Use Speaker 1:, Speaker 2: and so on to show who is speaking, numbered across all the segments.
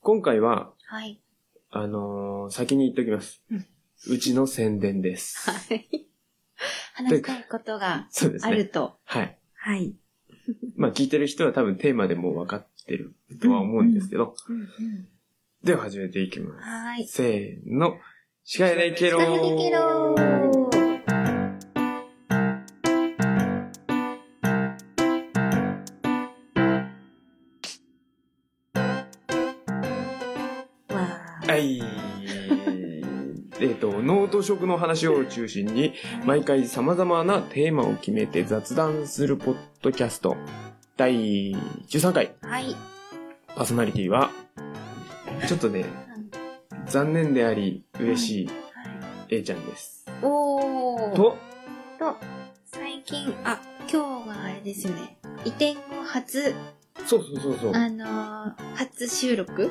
Speaker 1: 今回は、
Speaker 2: はい。
Speaker 1: あのー先に言っときます
Speaker 2: うん。
Speaker 1: うちの宣伝です。
Speaker 2: はい。話したいことが
Speaker 1: そうです
Speaker 2: ある
Speaker 1: ね。
Speaker 2: と。
Speaker 1: はい。
Speaker 2: はい。
Speaker 1: まあ聞いてる人は多分テーマでもう分かってるとは思うんですけど、
Speaker 2: うんうん
Speaker 1: では始めていきます。
Speaker 2: はーい。
Speaker 1: せーの。司会ないけろー
Speaker 2: 疲れてけろーわー
Speaker 1: はい。えっと、脳と食の話を中心に、毎回様々なテーマを決めて雑談するポッドキャスト。第13回、
Speaker 2: はい。
Speaker 1: パーソナリティは、ちょっとね、
Speaker 2: うん
Speaker 1: 残念であり、嬉しい、
Speaker 2: は
Speaker 1: A ちゃんです。
Speaker 2: いおー。
Speaker 1: と、
Speaker 2: と、最近、あ、今日はあれですよね。移転後初、
Speaker 1: そうそうそうそう。
Speaker 2: あのー初収録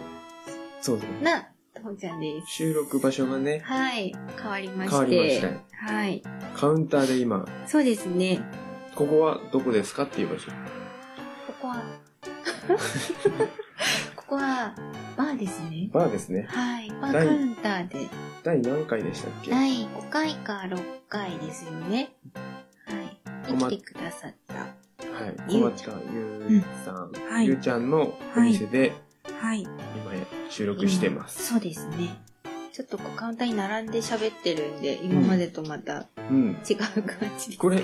Speaker 1: そうそう。
Speaker 2: な、ともちゃんです。
Speaker 1: 収録場所がね、
Speaker 2: はい。変わりまして。
Speaker 1: 変わりました。
Speaker 2: はい。
Speaker 1: カウンターで今、
Speaker 2: そうですね。
Speaker 1: ここはどこですかっていう場所。
Speaker 2: ここは、 ここは、バーですね。
Speaker 1: バーですね。
Speaker 2: はい。バー
Speaker 1: 第
Speaker 2: カウンターで、
Speaker 1: 第何回でしたっけ
Speaker 2: 第5回か6回ですよね。はい。
Speaker 1: 困っ
Speaker 2: 来てくださった。
Speaker 1: はい、
Speaker 2: ゆう
Speaker 1: 小松ゆうさん、
Speaker 3: はい
Speaker 1: ゆうちゃんのお店で
Speaker 3: はい。
Speaker 1: 今収録してます。
Speaker 2: そうですね。ちょっとこうカウンターに並んで喋ってるんで、今までとまた
Speaker 1: うん。
Speaker 2: 違う感じですけど。
Speaker 1: これ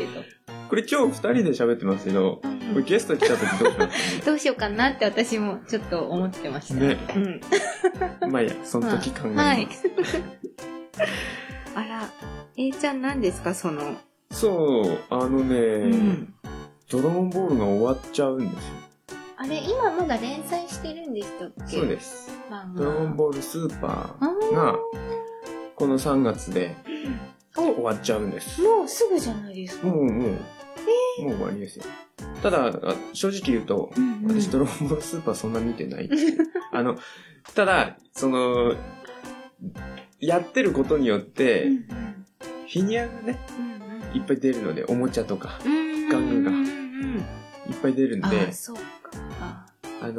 Speaker 1: これ今日二人で喋ってますけど、
Speaker 2: うん
Speaker 1: これゲスト来た時どうします
Speaker 2: どうしようかなって私もちょっと思ってました。
Speaker 1: ね
Speaker 2: うん。
Speaker 1: まあいいや、その時考えます。
Speaker 2: はい。 あら、A ちゃん何ですか、その。
Speaker 1: そう、あのね、
Speaker 2: うん。
Speaker 1: ドラゴンボールが終わっちゃうんですよ。
Speaker 2: あれ、今まだ連載してるんでしたっけ
Speaker 1: そうです。
Speaker 2: 漫画。
Speaker 1: ドラゴン
Speaker 2: ー
Speaker 1: ボールスーパーが、この3月で終わっちゃうんです。
Speaker 2: もうすぐじゃないですか。
Speaker 1: もうもう、もう終わりですよ。ただ、あ正直言うと、
Speaker 2: うんうん
Speaker 1: 私ドラゴンボールスーパーそんな見てない。 あの、ただ、その、やってることによっ
Speaker 2: うんう
Speaker 1: て、
Speaker 2: ん
Speaker 1: フィニアがね、いっぱい出るので、おもちゃとか、
Speaker 2: うんうん
Speaker 1: ガングが
Speaker 2: うんうんうん
Speaker 1: いっぱい出るんで
Speaker 2: あ、ー、そうか。あ
Speaker 1: あの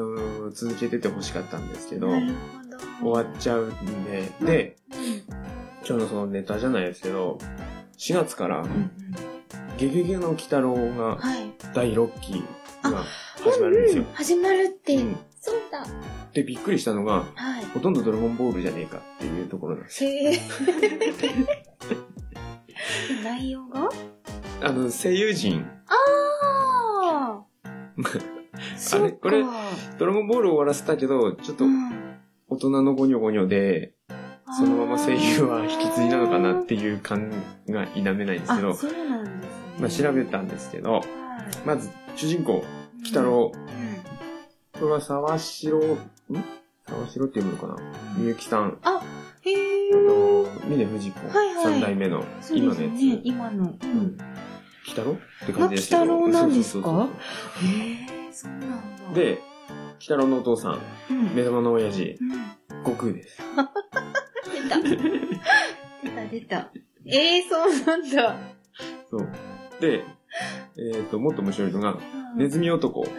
Speaker 1: ー続けててほしかったんですけ
Speaker 2: ー
Speaker 1: ど、
Speaker 2: なる
Speaker 1: 終
Speaker 2: ほど。
Speaker 1: わっちゃうんで、で、今日のそのネタじゃないですけど、4月から、
Speaker 2: うんうん
Speaker 1: ゲゲゲの鬼太郎が
Speaker 2: はい。
Speaker 1: 第6期が始まるんですよ
Speaker 2: う。始まるって。
Speaker 1: うん
Speaker 2: そうだ。
Speaker 1: で、びっくりしたのが、
Speaker 2: はい。
Speaker 1: ほとんどドラゴンボールじゃねえかっていうところなんです。
Speaker 2: へえ。 内容が
Speaker 1: あの、声優陣、
Speaker 2: ああ。 そっか
Speaker 1: これドラゴンボールを終わらせたけど、ちょっと
Speaker 2: うん
Speaker 1: 大人のゴニョゴニョで、そのまま声優は引き継いなのかなっていう感が否めないんですけ
Speaker 2: あ、
Speaker 1: ど、
Speaker 2: そうなんですね。
Speaker 1: まあ調べたんですけど、
Speaker 2: はい。
Speaker 1: まず主人公、
Speaker 2: 鬼
Speaker 1: 鬼太。郎、
Speaker 2: うん
Speaker 1: これは沢城、ん沢城って読むのかなみゆきさん、
Speaker 2: へ
Speaker 1: あ
Speaker 2: え。
Speaker 1: と、峰富士子、
Speaker 2: はいはい
Speaker 1: 三代目の
Speaker 2: そう
Speaker 1: 今
Speaker 2: で
Speaker 1: の
Speaker 2: す
Speaker 1: やつ。
Speaker 2: よね。今の。う
Speaker 1: うん
Speaker 2: ん。
Speaker 1: 鬼太郎って感じですけ
Speaker 2: あ
Speaker 1: ど。
Speaker 2: 鬼太郎なんですか
Speaker 1: そうそうそう
Speaker 2: へえ、そうなんだ。
Speaker 1: そう、で、鬼太郎のお父さん、
Speaker 2: うん。
Speaker 1: 目玉の親父、
Speaker 2: うん
Speaker 1: 悟空です。
Speaker 2: 出た。 出た、出た。ええ、そうなんだ。
Speaker 1: そう。で、えっ、と、もっと面白いのが、
Speaker 2: うん
Speaker 1: ネズミ男、
Speaker 2: はい。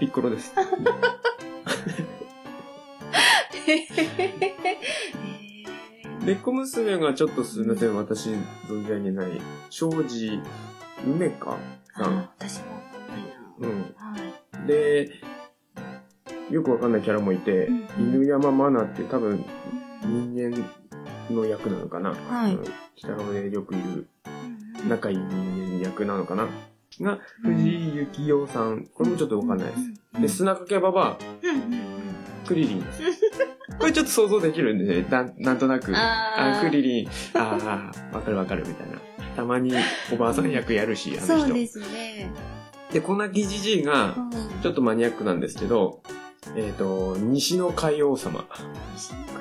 Speaker 1: ピッコロです。
Speaker 2: へへへへ
Speaker 1: でっ子娘がちょっとすみません、私、存じ上げない、庄司梅香さん。
Speaker 2: あ、私もわかんないな。
Speaker 1: うん。
Speaker 2: はい。
Speaker 1: で、よくわかんないキャラもいて、
Speaker 2: うん
Speaker 1: 犬山マナって多分人間の役なのかな。
Speaker 2: はい
Speaker 1: うん。北の上でよくいる
Speaker 2: うんうん
Speaker 1: 仲いい人間役なのかな。が、藤井幸雄さん。これもちょっとわかんないです。で、砂かけばば、
Speaker 2: うんうんうん
Speaker 1: クリリンです。これちょっと想像できるんでね、なんなんとなく。
Speaker 2: あー
Speaker 1: あ、クリリン、ああ、わかるわかるみたいな。たまにおばあさん役やるし、あの
Speaker 2: そう
Speaker 1: 人。で
Speaker 2: ですね。
Speaker 1: こんなギジジイが
Speaker 2: う、ん。
Speaker 1: ちょっとマニアックなんですけど、えっ、と、西の海王様。
Speaker 2: 西野海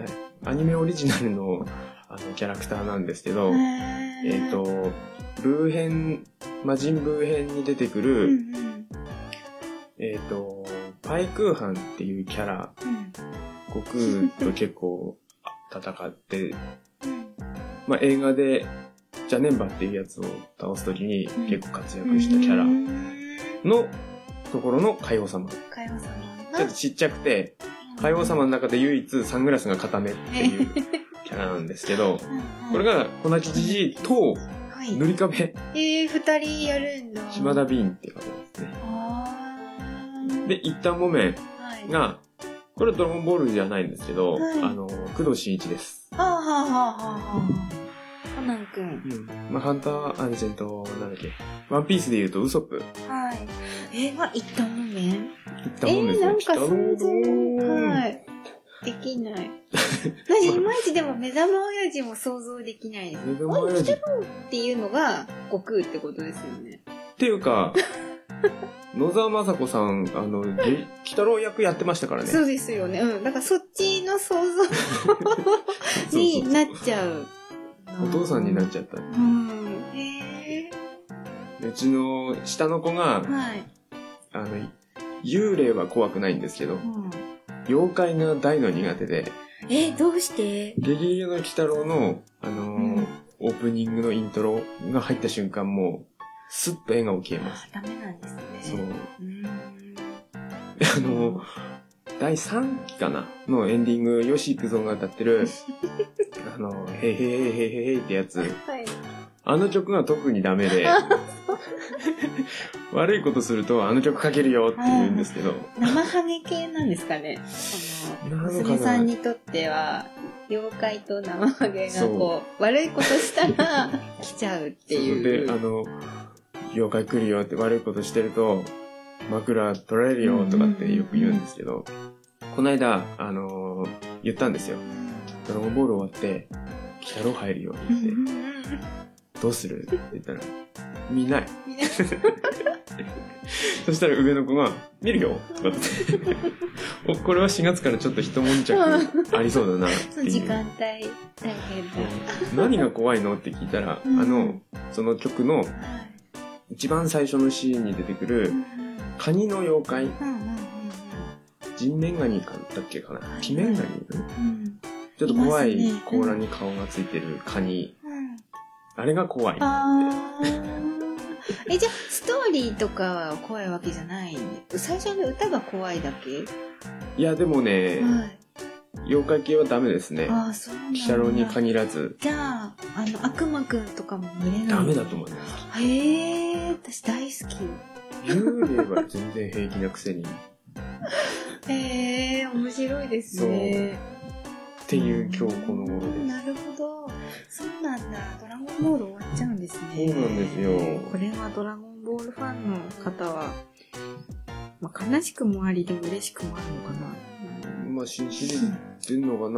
Speaker 1: は
Speaker 2: さ
Speaker 1: いアニメオリジナルのあのキャラクターなんですけど、
Speaker 2: ん
Speaker 1: えっ、
Speaker 2: へー
Speaker 1: と、ブー編、魔人ブー編に出てくる、
Speaker 2: うんうん
Speaker 1: えっ、と、パイクーハンっていうキャラ、
Speaker 2: うん
Speaker 1: 悟空と結構戦って、
Speaker 2: うん
Speaker 1: まあ、映画で、ジャネンバっていうやつを倒すときに
Speaker 2: ん
Speaker 1: 結構活躍したキャラのところの海王様。ち
Speaker 2: 海王様
Speaker 1: ょっ
Speaker 2: が
Speaker 1: とちっちゃくて、海王様の中で唯一サングラスが固めっていうキャラなんですけど、これ
Speaker 2: が、
Speaker 1: が粉木じじいと
Speaker 2: はい、
Speaker 1: 塗り壁、
Speaker 2: えー、二人やるんだ。
Speaker 1: 島田ビーンっていう方ですね。
Speaker 2: あー
Speaker 1: で、一旦木綿
Speaker 2: はい、
Speaker 1: が、これドラゴンボールじゃないんですけど、
Speaker 2: はい
Speaker 1: あの、工藤新一です。
Speaker 2: はあはあはあはあはあ。コナン君。
Speaker 1: うん。まあ、ハンター、あ、じゃあ、えっと、なんだっけ。ワンピースで言うとウソップ。
Speaker 2: はい。えー、は一旦の面
Speaker 1: 一旦木綿で
Speaker 2: えー
Speaker 1: す
Speaker 2: なん
Speaker 1: ね。
Speaker 2: か
Speaker 1: 北
Speaker 2: 想
Speaker 1: の
Speaker 2: 像
Speaker 1: ドーン
Speaker 2: はい。でき ない。私、いまいちでも目玉親父も想像できないです。
Speaker 1: 目玉親父っ
Speaker 2: っていうのが悟空ってことですよね。
Speaker 1: ていう か、野沢雅子さん、あの、げ北郎役やってましたからね。
Speaker 2: そうですよね。うん。だからそっちの想像になっちゃう。
Speaker 1: お父さんになっちゃった。
Speaker 2: うん。へえ。
Speaker 1: うちの下の子が、
Speaker 2: はい。
Speaker 1: あの、幽霊は怖くないんですけど
Speaker 2: う、ん、
Speaker 1: 妖怪が大の苦手で、
Speaker 2: え、どうして
Speaker 1: ゲゲゲの鬼太郎の、あのー
Speaker 2: うん
Speaker 1: オープニングのイントロが入った瞬間、もう、スッと絵が消えます。
Speaker 2: ダメなんですね。
Speaker 1: そう。
Speaker 2: うん。
Speaker 1: あのー第3期かなのエンディング、ヨシイクゾンが歌って る、あのー、へへへへへへってやつ、
Speaker 2: はい。
Speaker 1: あの曲が特にダメ で、悪いことするとあの曲かけるよって言うんですけど、
Speaker 2: 生ハゲ系なんですかね。その
Speaker 1: なのかな
Speaker 2: 娘さんにとっては、妖怪と生ハゲがこう、悪いことしたら来ちゃうっ
Speaker 1: そ
Speaker 2: て
Speaker 1: れ
Speaker 2: い
Speaker 1: で、あ
Speaker 2: う。
Speaker 1: の、妖怪来るよって悪いことしてると、枕取られるよとかってよく言うんですけど、この間、あのー言ったんですよ。ドラゴンボール終わって、鬼太郎入るよって
Speaker 2: う
Speaker 1: 言って、
Speaker 2: んうんうん
Speaker 1: どうするって言ったら、見ない。
Speaker 2: みんな
Speaker 1: そしたら上の子が、見るよとかって。 おこれは4月からちょっと一悶着ありそうだなって
Speaker 2: そう
Speaker 1: い
Speaker 2: 時
Speaker 1: う。
Speaker 2: 間帯大変
Speaker 1: 何が怖いのって聞いたら、
Speaker 2: うん
Speaker 1: あの、その曲の
Speaker 2: だ。はい
Speaker 1: 一番最初のシーンに出てく
Speaker 2: う
Speaker 1: る
Speaker 2: ん、
Speaker 1: カニの妖怪、
Speaker 2: うんうん
Speaker 1: 人面ガニかだっけかな
Speaker 2: はい
Speaker 1: キメンガニ
Speaker 2: うん
Speaker 1: ちょっと怖い
Speaker 2: いますね
Speaker 1: 甲羅に顔がついてるカニ。
Speaker 2: うん
Speaker 1: あれが怖い。
Speaker 2: あーえじゃあストーリーとかは怖いわけじゃない最初の歌が怖いだけ、
Speaker 1: いや、でもね、
Speaker 2: はい、
Speaker 1: 妖怪系はダメですね。
Speaker 2: ああそうなんだ
Speaker 1: 鬼太郎に限らず、
Speaker 2: じゃああの悪魔くんとかも見れない
Speaker 1: ダメだと思います。
Speaker 2: へえ私大好き
Speaker 1: 幽霊は全然平気なくせに。っ
Speaker 2: へえ面白いですね
Speaker 1: ていう今日この頃
Speaker 2: うん
Speaker 1: です。
Speaker 2: なるほどそうなんだドラゴンボール終わっちゃうんですね
Speaker 1: そうなんですよ
Speaker 2: これはドラゴンボールファンの方は、まあ、悲しくもありでも嬉しくもあるのかな
Speaker 1: まあ、新シリーズ出んのか
Speaker 2: う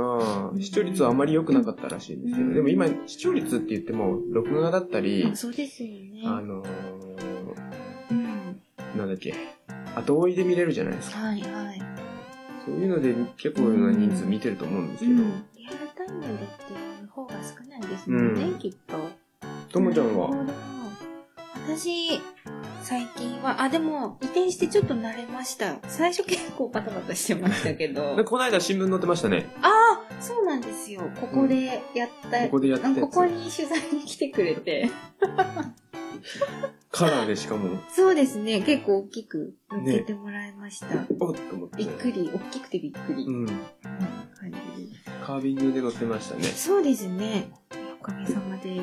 Speaker 2: ん
Speaker 1: な視聴率はあまり良くなかったらしいんですけ
Speaker 2: うん
Speaker 1: ど、でも今、視聴率って言っても、録画だったり
Speaker 2: あ、そうですよね
Speaker 1: あのー、
Speaker 2: うん
Speaker 1: なんだっけ、後追いで見れるじゃないですか。
Speaker 2: はいはい
Speaker 1: そういうので結構な人数見てると思うんですけど、
Speaker 2: リアルタイムでっていう方が少ないですもんね、
Speaker 1: うん
Speaker 2: きっと
Speaker 1: ともちゃん
Speaker 2: な
Speaker 1: は、
Speaker 2: るほど私最近はあでも移転してちょっと慣れました最初結構バタバタしてましたけ
Speaker 1: なんか
Speaker 2: ど
Speaker 1: この間新聞載ってましたね。
Speaker 2: ああそうなんですよここでやった、
Speaker 1: ここでやったやつ。
Speaker 2: ここに取材に来てくれて
Speaker 1: カラーでしかも、
Speaker 2: そうですね結構大きく載っけてもらいました、
Speaker 1: おっと思って。
Speaker 2: びっくり大きくてびっくり、
Speaker 1: うん。
Speaker 2: 感じ
Speaker 1: カービングで載ってましたね。
Speaker 2: そうですね。おかげさま で。や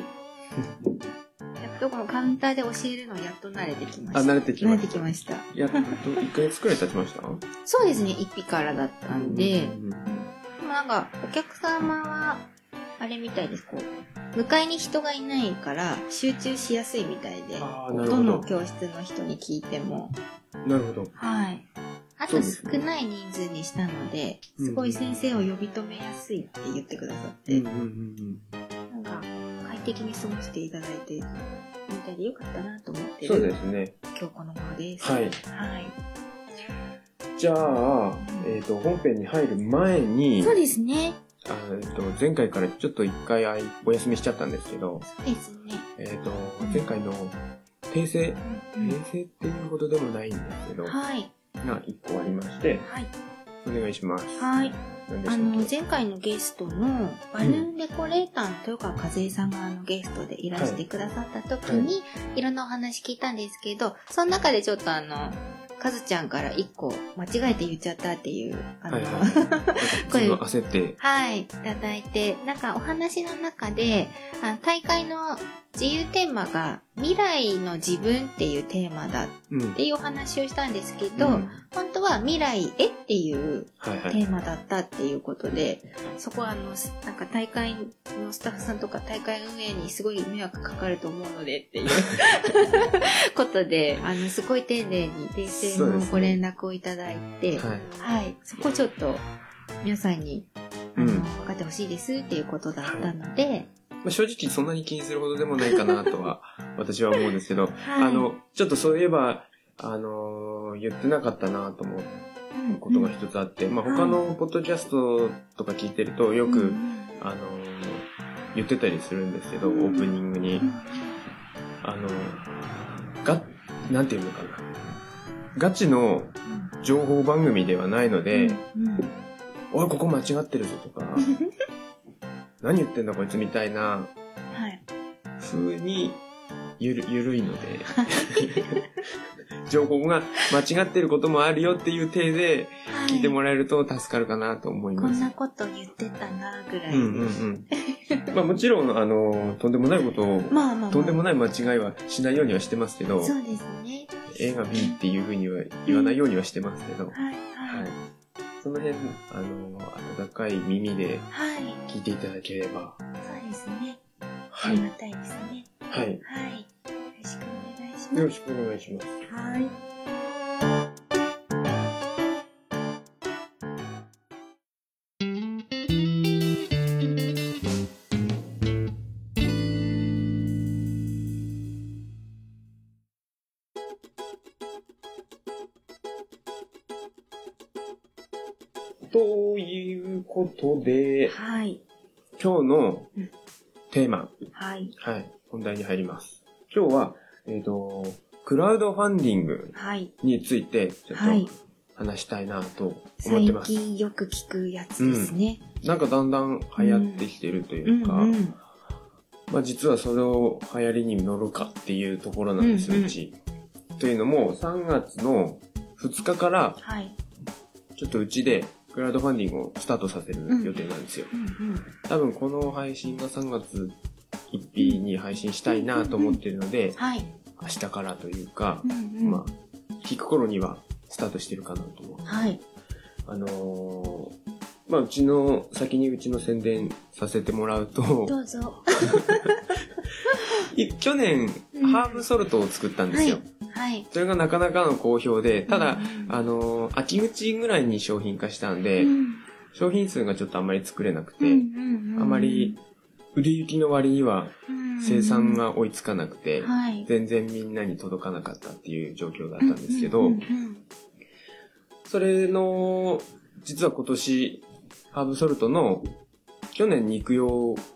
Speaker 2: っとこのカウンターで教えるのやっと慣れてきました。
Speaker 1: あ、慣れてき
Speaker 2: 慣
Speaker 1: ま
Speaker 2: れ
Speaker 1: してた
Speaker 2: き。ました。
Speaker 1: やっと1ヶ月くらい経ちました
Speaker 2: そうですね、一匹からだったんで。で
Speaker 1: うん
Speaker 2: もなんか、お客様は、あれみたいです、こう。向かいに人がいないから、集中しやすいみたいで。
Speaker 1: あーなる
Speaker 2: ど
Speaker 1: ほ
Speaker 2: の
Speaker 1: ど。
Speaker 2: 教室の人に聞いても。
Speaker 1: なるほど。
Speaker 2: はい。あ
Speaker 1: そう
Speaker 2: と
Speaker 1: です
Speaker 2: 少
Speaker 1: ね
Speaker 2: ない人数にしたので、すごい先生を呼び止めやすいって言ってくださっ
Speaker 1: う
Speaker 2: て。
Speaker 1: んうんうん
Speaker 2: なんか快適に過ごしていただいて、みたいでよかったなと思っ
Speaker 1: う
Speaker 2: て
Speaker 1: ん。そう
Speaker 2: る
Speaker 1: ですね。
Speaker 2: 今日この頃です。
Speaker 1: はい。
Speaker 2: はい。
Speaker 1: じゃあ、えっ、と、本編に入る前に、
Speaker 2: そうですね。
Speaker 1: あーえっと、前回からちょっと一回あいお休みしちゃったんですけど、
Speaker 2: そうですね。
Speaker 1: えっ、と、前回の訂正、
Speaker 2: うん
Speaker 1: 訂正っていうほどでもないんですけど、
Speaker 2: はい。
Speaker 1: が1個ありまして、
Speaker 2: はい。
Speaker 1: お願いします。
Speaker 2: はい。
Speaker 1: 何で
Speaker 2: あ
Speaker 1: した
Speaker 2: の
Speaker 1: っ、け
Speaker 2: 前回のゲストのバルーンデコレーターの豊川和恵さんがあのゲストでいらしてくださった時に、いろんなお話聞いたんですけど、その中でちょっとあの、カズちゃんから一個間違えて言っちゃったっていう、あの、
Speaker 1: は
Speaker 2: はいい、
Speaker 1: はい。
Speaker 2: これ
Speaker 1: ちょっと焦って、
Speaker 2: い、ただいて、なんかお話の中で、あの大会の自由テーマが未来の自分っていうテーマだっ
Speaker 1: うん。うん
Speaker 2: ていうお話をしたんですけど、
Speaker 1: はい
Speaker 2: 本当は未来へっていう
Speaker 1: は
Speaker 2: テ
Speaker 1: い。
Speaker 2: ーマだったっていうことで、そこはあの、すなんか大会のスタッフさんとか大会運営にすごい迷惑かかると思うのでっていう ことで、あの、すごい丁寧に訂正
Speaker 1: そうで
Speaker 2: の
Speaker 1: すね
Speaker 2: ご連絡をいただいて、
Speaker 1: はい。
Speaker 2: はい、そこちょっと皆さんに、あの、
Speaker 1: うん
Speaker 2: 分かってほしいですっていうことだったので、
Speaker 1: まあ、正直そんなに気にするほどでもないかなと は、私は思うんですけど、
Speaker 2: はい。
Speaker 1: あの、ちょっとそういえば、あのー言ってなかったなと思う
Speaker 2: うん、
Speaker 1: ことが一つあって、まあ、
Speaker 2: はい
Speaker 1: 他のポッドキャストとか聞いてると、よ
Speaker 2: う
Speaker 1: く、
Speaker 2: ん
Speaker 1: あのー言ってたりするんですけど、オ
Speaker 2: うん
Speaker 1: ープニングに
Speaker 2: う。ん
Speaker 1: あのが、なんていうのかな。ガチの情報番組ではないので、
Speaker 2: うん
Speaker 1: おい、ここ間違ってるぞと か、何言ってんだこいつみたいな
Speaker 2: はい。
Speaker 1: 風にゆる、ゆるいので、 情報が間違ってることもあるよっていう体で聞いてもらえると助かるかなと思い
Speaker 2: こ
Speaker 1: ま
Speaker 2: ん
Speaker 1: す。
Speaker 2: なこと言ってたなぐらい。
Speaker 1: うんうんうん。まあもちろん、あの、とんでもないことを、
Speaker 2: まあまあ、まあ、
Speaker 1: とんでもない間違いはしないようにはしてます けど、
Speaker 2: そうですね。
Speaker 1: A が B っていうふうには言わないようにはしてますけど、は
Speaker 2: はいはい
Speaker 1: い。その辺、あの、温かい耳で
Speaker 2: はい。
Speaker 1: 聞いていただければ、
Speaker 2: そうですね。あ
Speaker 1: は
Speaker 2: り
Speaker 1: い。
Speaker 2: がたいですね。
Speaker 1: はい。よ
Speaker 2: はい。よろしくお願いし
Speaker 1: ろ
Speaker 2: ま
Speaker 1: しくお願いします。
Speaker 2: す。はい。
Speaker 1: ということで、
Speaker 2: はい。
Speaker 1: 今日の
Speaker 2: うん
Speaker 1: テーマ、
Speaker 2: はい。
Speaker 1: はい、本題に入ります。今日は、えっ、と、クラウドファンディング
Speaker 2: はい。
Speaker 1: について、ちょっ
Speaker 2: はい
Speaker 1: と話したいなと思って
Speaker 2: 最
Speaker 1: ます。
Speaker 2: 近よく聞くやつですね。
Speaker 1: なんかだんだん流行ってきてると
Speaker 2: う
Speaker 1: い
Speaker 2: ん
Speaker 1: うか、
Speaker 2: うん。
Speaker 1: まあ、実はそれを流行りに乗るかっていうところなんですよ、
Speaker 2: うん
Speaker 1: う
Speaker 2: うん
Speaker 1: ち。というのも、3月の2日から、
Speaker 2: はい。
Speaker 1: ちょっとうちで、クラウドファンディングをスタートさせる予定なんですよ。
Speaker 2: うんうん。
Speaker 1: 多分この配信が3月1日に配信したいなと思ってるので、
Speaker 2: はい。
Speaker 1: 明日からというか
Speaker 2: う、んうん。
Speaker 1: まあ、聞く頃にはスタートしてるかなと思う。
Speaker 2: はい。
Speaker 1: あのーまあ、うちの、先にうちの宣伝させてもらうと、
Speaker 2: どうぞ。
Speaker 1: い去年、
Speaker 2: うん
Speaker 1: ハーブソルトを作ったんですよ。
Speaker 2: はい。
Speaker 1: それがなかなかの好評で、ただ、
Speaker 2: うん
Speaker 1: あのー秋口ぐらいに商品化したんで、
Speaker 2: うん
Speaker 1: 商品数がちょっとあんまり作れなくて、
Speaker 2: うんうんうん
Speaker 1: あまり売れ行きの割には生産が追いつかなくて、
Speaker 2: うんはい。
Speaker 1: 全然みんなに届かなかったっていう状況だったんですけど、
Speaker 2: うんうんうん
Speaker 1: それの、実は今年、ハーブソルトの、去年肉用、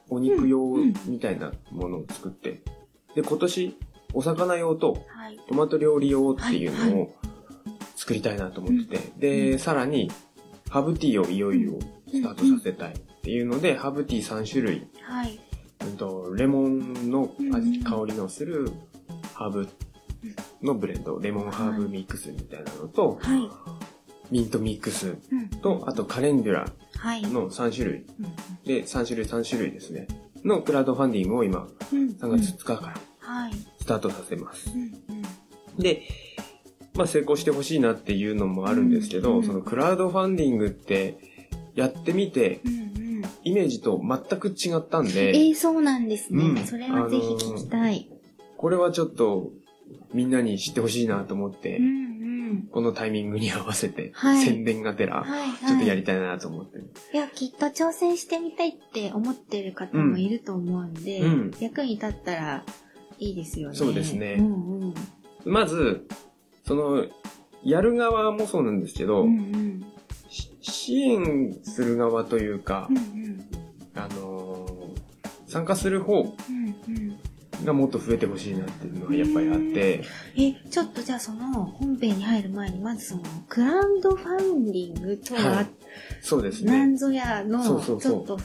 Speaker 1: お肉用
Speaker 2: うん
Speaker 1: みたいなものを作って、で、今年、お魚用と
Speaker 2: はい。
Speaker 1: トマト料理用っていう
Speaker 2: はい
Speaker 1: のを作りたいなと思ってて、で、
Speaker 2: う
Speaker 1: さらに、ハーブティーをいよいよスタートさせたいっていうので、ハーブティー3種類、
Speaker 2: はい。
Speaker 1: うんと、レモンの
Speaker 2: う
Speaker 1: 味、
Speaker 2: ん
Speaker 1: 香りのするハーブのブレンド、レモンハーブミックスみたいなのと、
Speaker 2: はい。
Speaker 1: ミントミックス
Speaker 2: うん
Speaker 1: と、あとカレンデュラ
Speaker 2: はい。
Speaker 1: の3種類。
Speaker 2: うん
Speaker 1: で、3種類3種類ですね。のクラウドファンディングを今、
Speaker 2: うん
Speaker 1: 3月2日から
Speaker 2: はい。
Speaker 1: スタートさせます。
Speaker 2: うんうん
Speaker 1: で、まあ成功してほしいなっていうのもあるんですけ
Speaker 2: う
Speaker 1: ど、
Speaker 2: ん
Speaker 1: そのクラウドファンディングってやってみて、
Speaker 2: うんうん。
Speaker 1: イメージと全く違ったん
Speaker 2: え
Speaker 1: で、
Speaker 2: ー、そうなんですね。
Speaker 1: うん
Speaker 2: それはぜひ聞きたい。
Speaker 1: これはちょっとみんなに知ってほしいなと思って
Speaker 2: う、んうん。
Speaker 1: このタイミングに合わせて
Speaker 2: はい
Speaker 1: 宣伝がてら、
Speaker 2: はいはい。
Speaker 1: ちょっとやりたいなと思って。
Speaker 2: いや、きっと挑戦してみたいって思ってる方もいると思うんで、
Speaker 1: うん
Speaker 2: 役に立ったらいいですよね。
Speaker 1: そうですね
Speaker 2: うんうん。
Speaker 1: まず、その、やる側もそうなんですけど、
Speaker 2: うんうん。
Speaker 1: し支援する側というか
Speaker 2: うんう、ん。
Speaker 1: あのー参加する方
Speaker 2: うんうん。
Speaker 1: がもっと増えてほしいなっていうのはやっぱりあって、
Speaker 2: え、ちょっとじゃあその本編に入る前に、まずその、クラウドファンディングとは
Speaker 1: そうですね。
Speaker 2: 何ぞやの、
Speaker 1: そうそう
Speaker 2: ち
Speaker 1: そう
Speaker 2: ょっと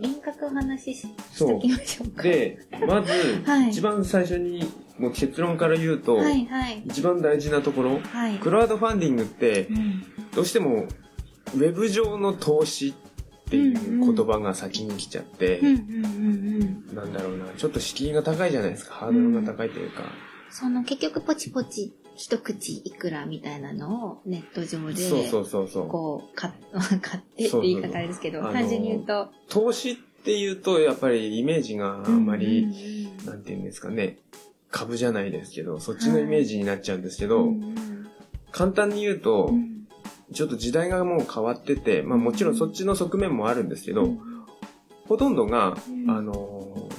Speaker 2: 輪郭お話ししし
Speaker 1: そう
Speaker 2: ときましょうか。
Speaker 1: で、まず、
Speaker 2: はい
Speaker 1: 一番最初に、もう結論から言うと、
Speaker 2: はいはい。
Speaker 1: 一番大事なところ、
Speaker 2: はい。
Speaker 1: クラウドファンディングって
Speaker 2: う、ん
Speaker 1: どうしても、ウェブ上の投資っていう言葉が先に来ちゃって、
Speaker 2: うんうんうんうん。
Speaker 1: なんだろうな、ちょっと敷居が高いじゃないですか、ハードルが高いというか。
Speaker 2: その結局ポチポチ一口いくらみたいなのをネット上で、
Speaker 1: そうそうそうそう。
Speaker 2: こう、か買ってって言い方あれですけど、
Speaker 1: そうそうそう
Speaker 2: 単純に言うと、
Speaker 1: 投資っていうと、やっぱりイメージがあんまり、
Speaker 2: うん
Speaker 1: なんて言うんですかね、株じゃないですけど、そっちのイメージになっちゃうんですけど、
Speaker 2: うんうん
Speaker 1: 簡単に言うと、
Speaker 2: うん
Speaker 1: ちょっと時代がもう変わってて、まあもちろんそっちの側面もあるんですけど、
Speaker 2: うん
Speaker 1: ほとんどが、
Speaker 2: うん
Speaker 1: あのー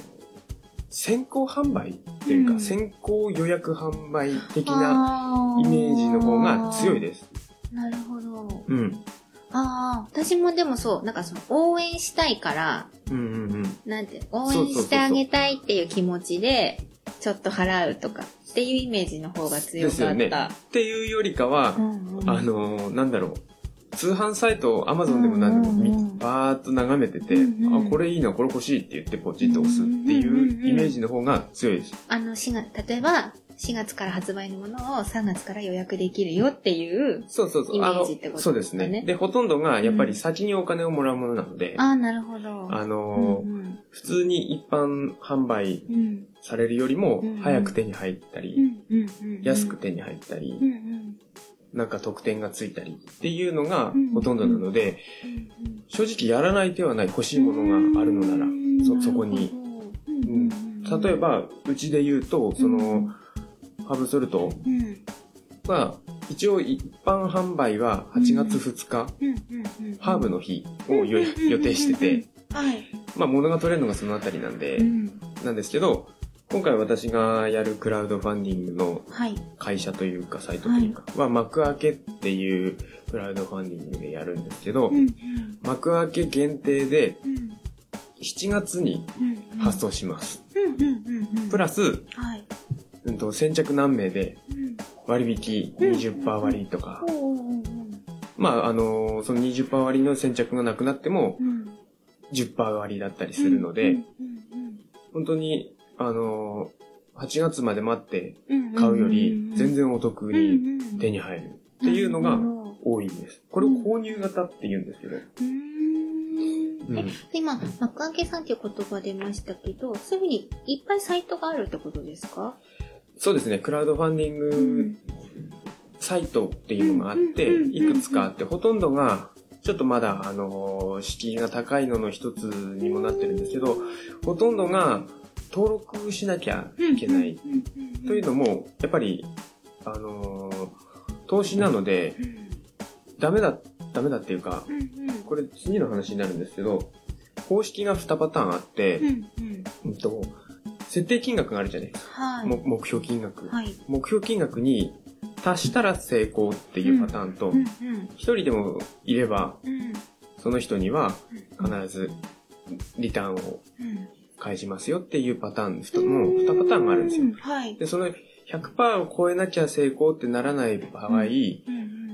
Speaker 1: 先行販売っていうか、
Speaker 2: うん
Speaker 1: 先行予約販売的なイメージの方が強い
Speaker 2: で
Speaker 1: です。
Speaker 2: す。なるほど。
Speaker 1: うん。
Speaker 2: ああ、私もでもそう、なんかその応援したいから、
Speaker 1: うんうんうん。
Speaker 2: なんて、応援してあげたいっていう気持ちで、ちょっと払うとかっていうイメージの方が強
Speaker 1: です
Speaker 2: か
Speaker 1: よ
Speaker 2: っ
Speaker 1: ね。
Speaker 2: た。
Speaker 1: っていうよりかは、
Speaker 2: うんうん
Speaker 1: あのーなんだろう。通販サイト、アマゾンでも何でもみ、
Speaker 2: うんうんうん
Speaker 1: バーっと眺めてて、
Speaker 2: うんうん
Speaker 1: あ、これいいな、これ欲しいって言ってポチッと押すっていうイメージの方が強いです。
Speaker 2: あの、4月、例えば、4月から発売のものを3月から予約できるよっていう、
Speaker 1: そうそうそう。
Speaker 2: イメ
Speaker 1: あの
Speaker 2: ージってことですかね
Speaker 1: そうですね。で、ほとんどがやっぱり先にお金をもらうものなので、
Speaker 2: ああ、なるほど。
Speaker 1: あのー
Speaker 2: うん
Speaker 1: 普通に一般販売
Speaker 2: うんうん
Speaker 1: されるよりも
Speaker 2: うん
Speaker 1: 早く手に入ったり、
Speaker 2: うんうんうん
Speaker 1: 安く手に入った
Speaker 2: う
Speaker 1: り、
Speaker 2: んうん
Speaker 1: なんか特典がついたりっていうのが
Speaker 2: うん
Speaker 1: ほとんどなので、
Speaker 2: うんうん
Speaker 1: 正直やらない手はない欲しいものがあるのなら、そそこに。
Speaker 2: うんうん
Speaker 1: 例えば、うちで言うと、その、ハブソルト
Speaker 2: うん
Speaker 1: は、一応一般販売は8月2日、
Speaker 2: うんうんうん
Speaker 1: ハーブの日を予予定してて、、
Speaker 2: うんうんうんうんはい
Speaker 1: まあ物が取れるのがそのあたりなんで
Speaker 2: う、ん
Speaker 1: なんですけど、今回私がやるクラウドファンディングの
Speaker 2: はい
Speaker 1: 会社というかサイトというかは幕開けっていうクラウドファンディングでやるんですけど
Speaker 2: うん、うん
Speaker 1: 幕開け限定で
Speaker 2: うん
Speaker 1: 7月に
Speaker 2: うんうん
Speaker 1: 発送します。
Speaker 2: うんうんうんうん
Speaker 1: プラス、
Speaker 2: はい
Speaker 1: うんと、先着何名で
Speaker 2: うん
Speaker 1: 割引20%割とか
Speaker 2: お、うおうおうお
Speaker 1: まああの、その20%割の先着がなくなっても
Speaker 2: ううん
Speaker 1: 10%割だったりするので、
Speaker 2: うんうん
Speaker 1: 本当に、あの、8月まで待って
Speaker 2: うん
Speaker 1: 買うより全然お得に
Speaker 2: うんうん
Speaker 1: 手に入るっていうの
Speaker 2: な
Speaker 1: が
Speaker 2: るほど
Speaker 1: 多いんです。これを購入型って言うんですけど。
Speaker 2: うーん
Speaker 1: うん
Speaker 2: え今、幕開けさんっていう言葉出ましたけど、そういうふうにいっぱいサイトがあるってことですか
Speaker 1: そうですね、クラウドファンディングサイトっていうのがあって、
Speaker 2: うんうんうん
Speaker 1: いくつかあって、ほとんどが、ちょっとまだ、あの、敷居が高いのの一つにもなってるんですけど、ほとんどが登録しなきゃいけない。という
Speaker 2: の
Speaker 1: のも、やっぱり、あの、投資なので、ダメだ、ダメだっていうか、これ次の話になるんですけど、方式が2パターンあって、うんと、設定金額があるじゃないですか。
Speaker 2: はい。
Speaker 1: も目標金額。
Speaker 2: はい。
Speaker 1: 目標金額に達したら成功っていうパターンと、
Speaker 2: うん
Speaker 1: 一人でもいれば、
Speaker 2: うん
Speaker 1: その人には
Speaker 2: うん
Speaker 1: 必ずリターンを
Speaker 2: うん
Speaker 1: 返しますよっていうパターン、ふたもう2パターンがあるんですよ
Speaker 2: う。はい。
Speaker 1: で、その100%を超えなきゃ成功ってならない場合、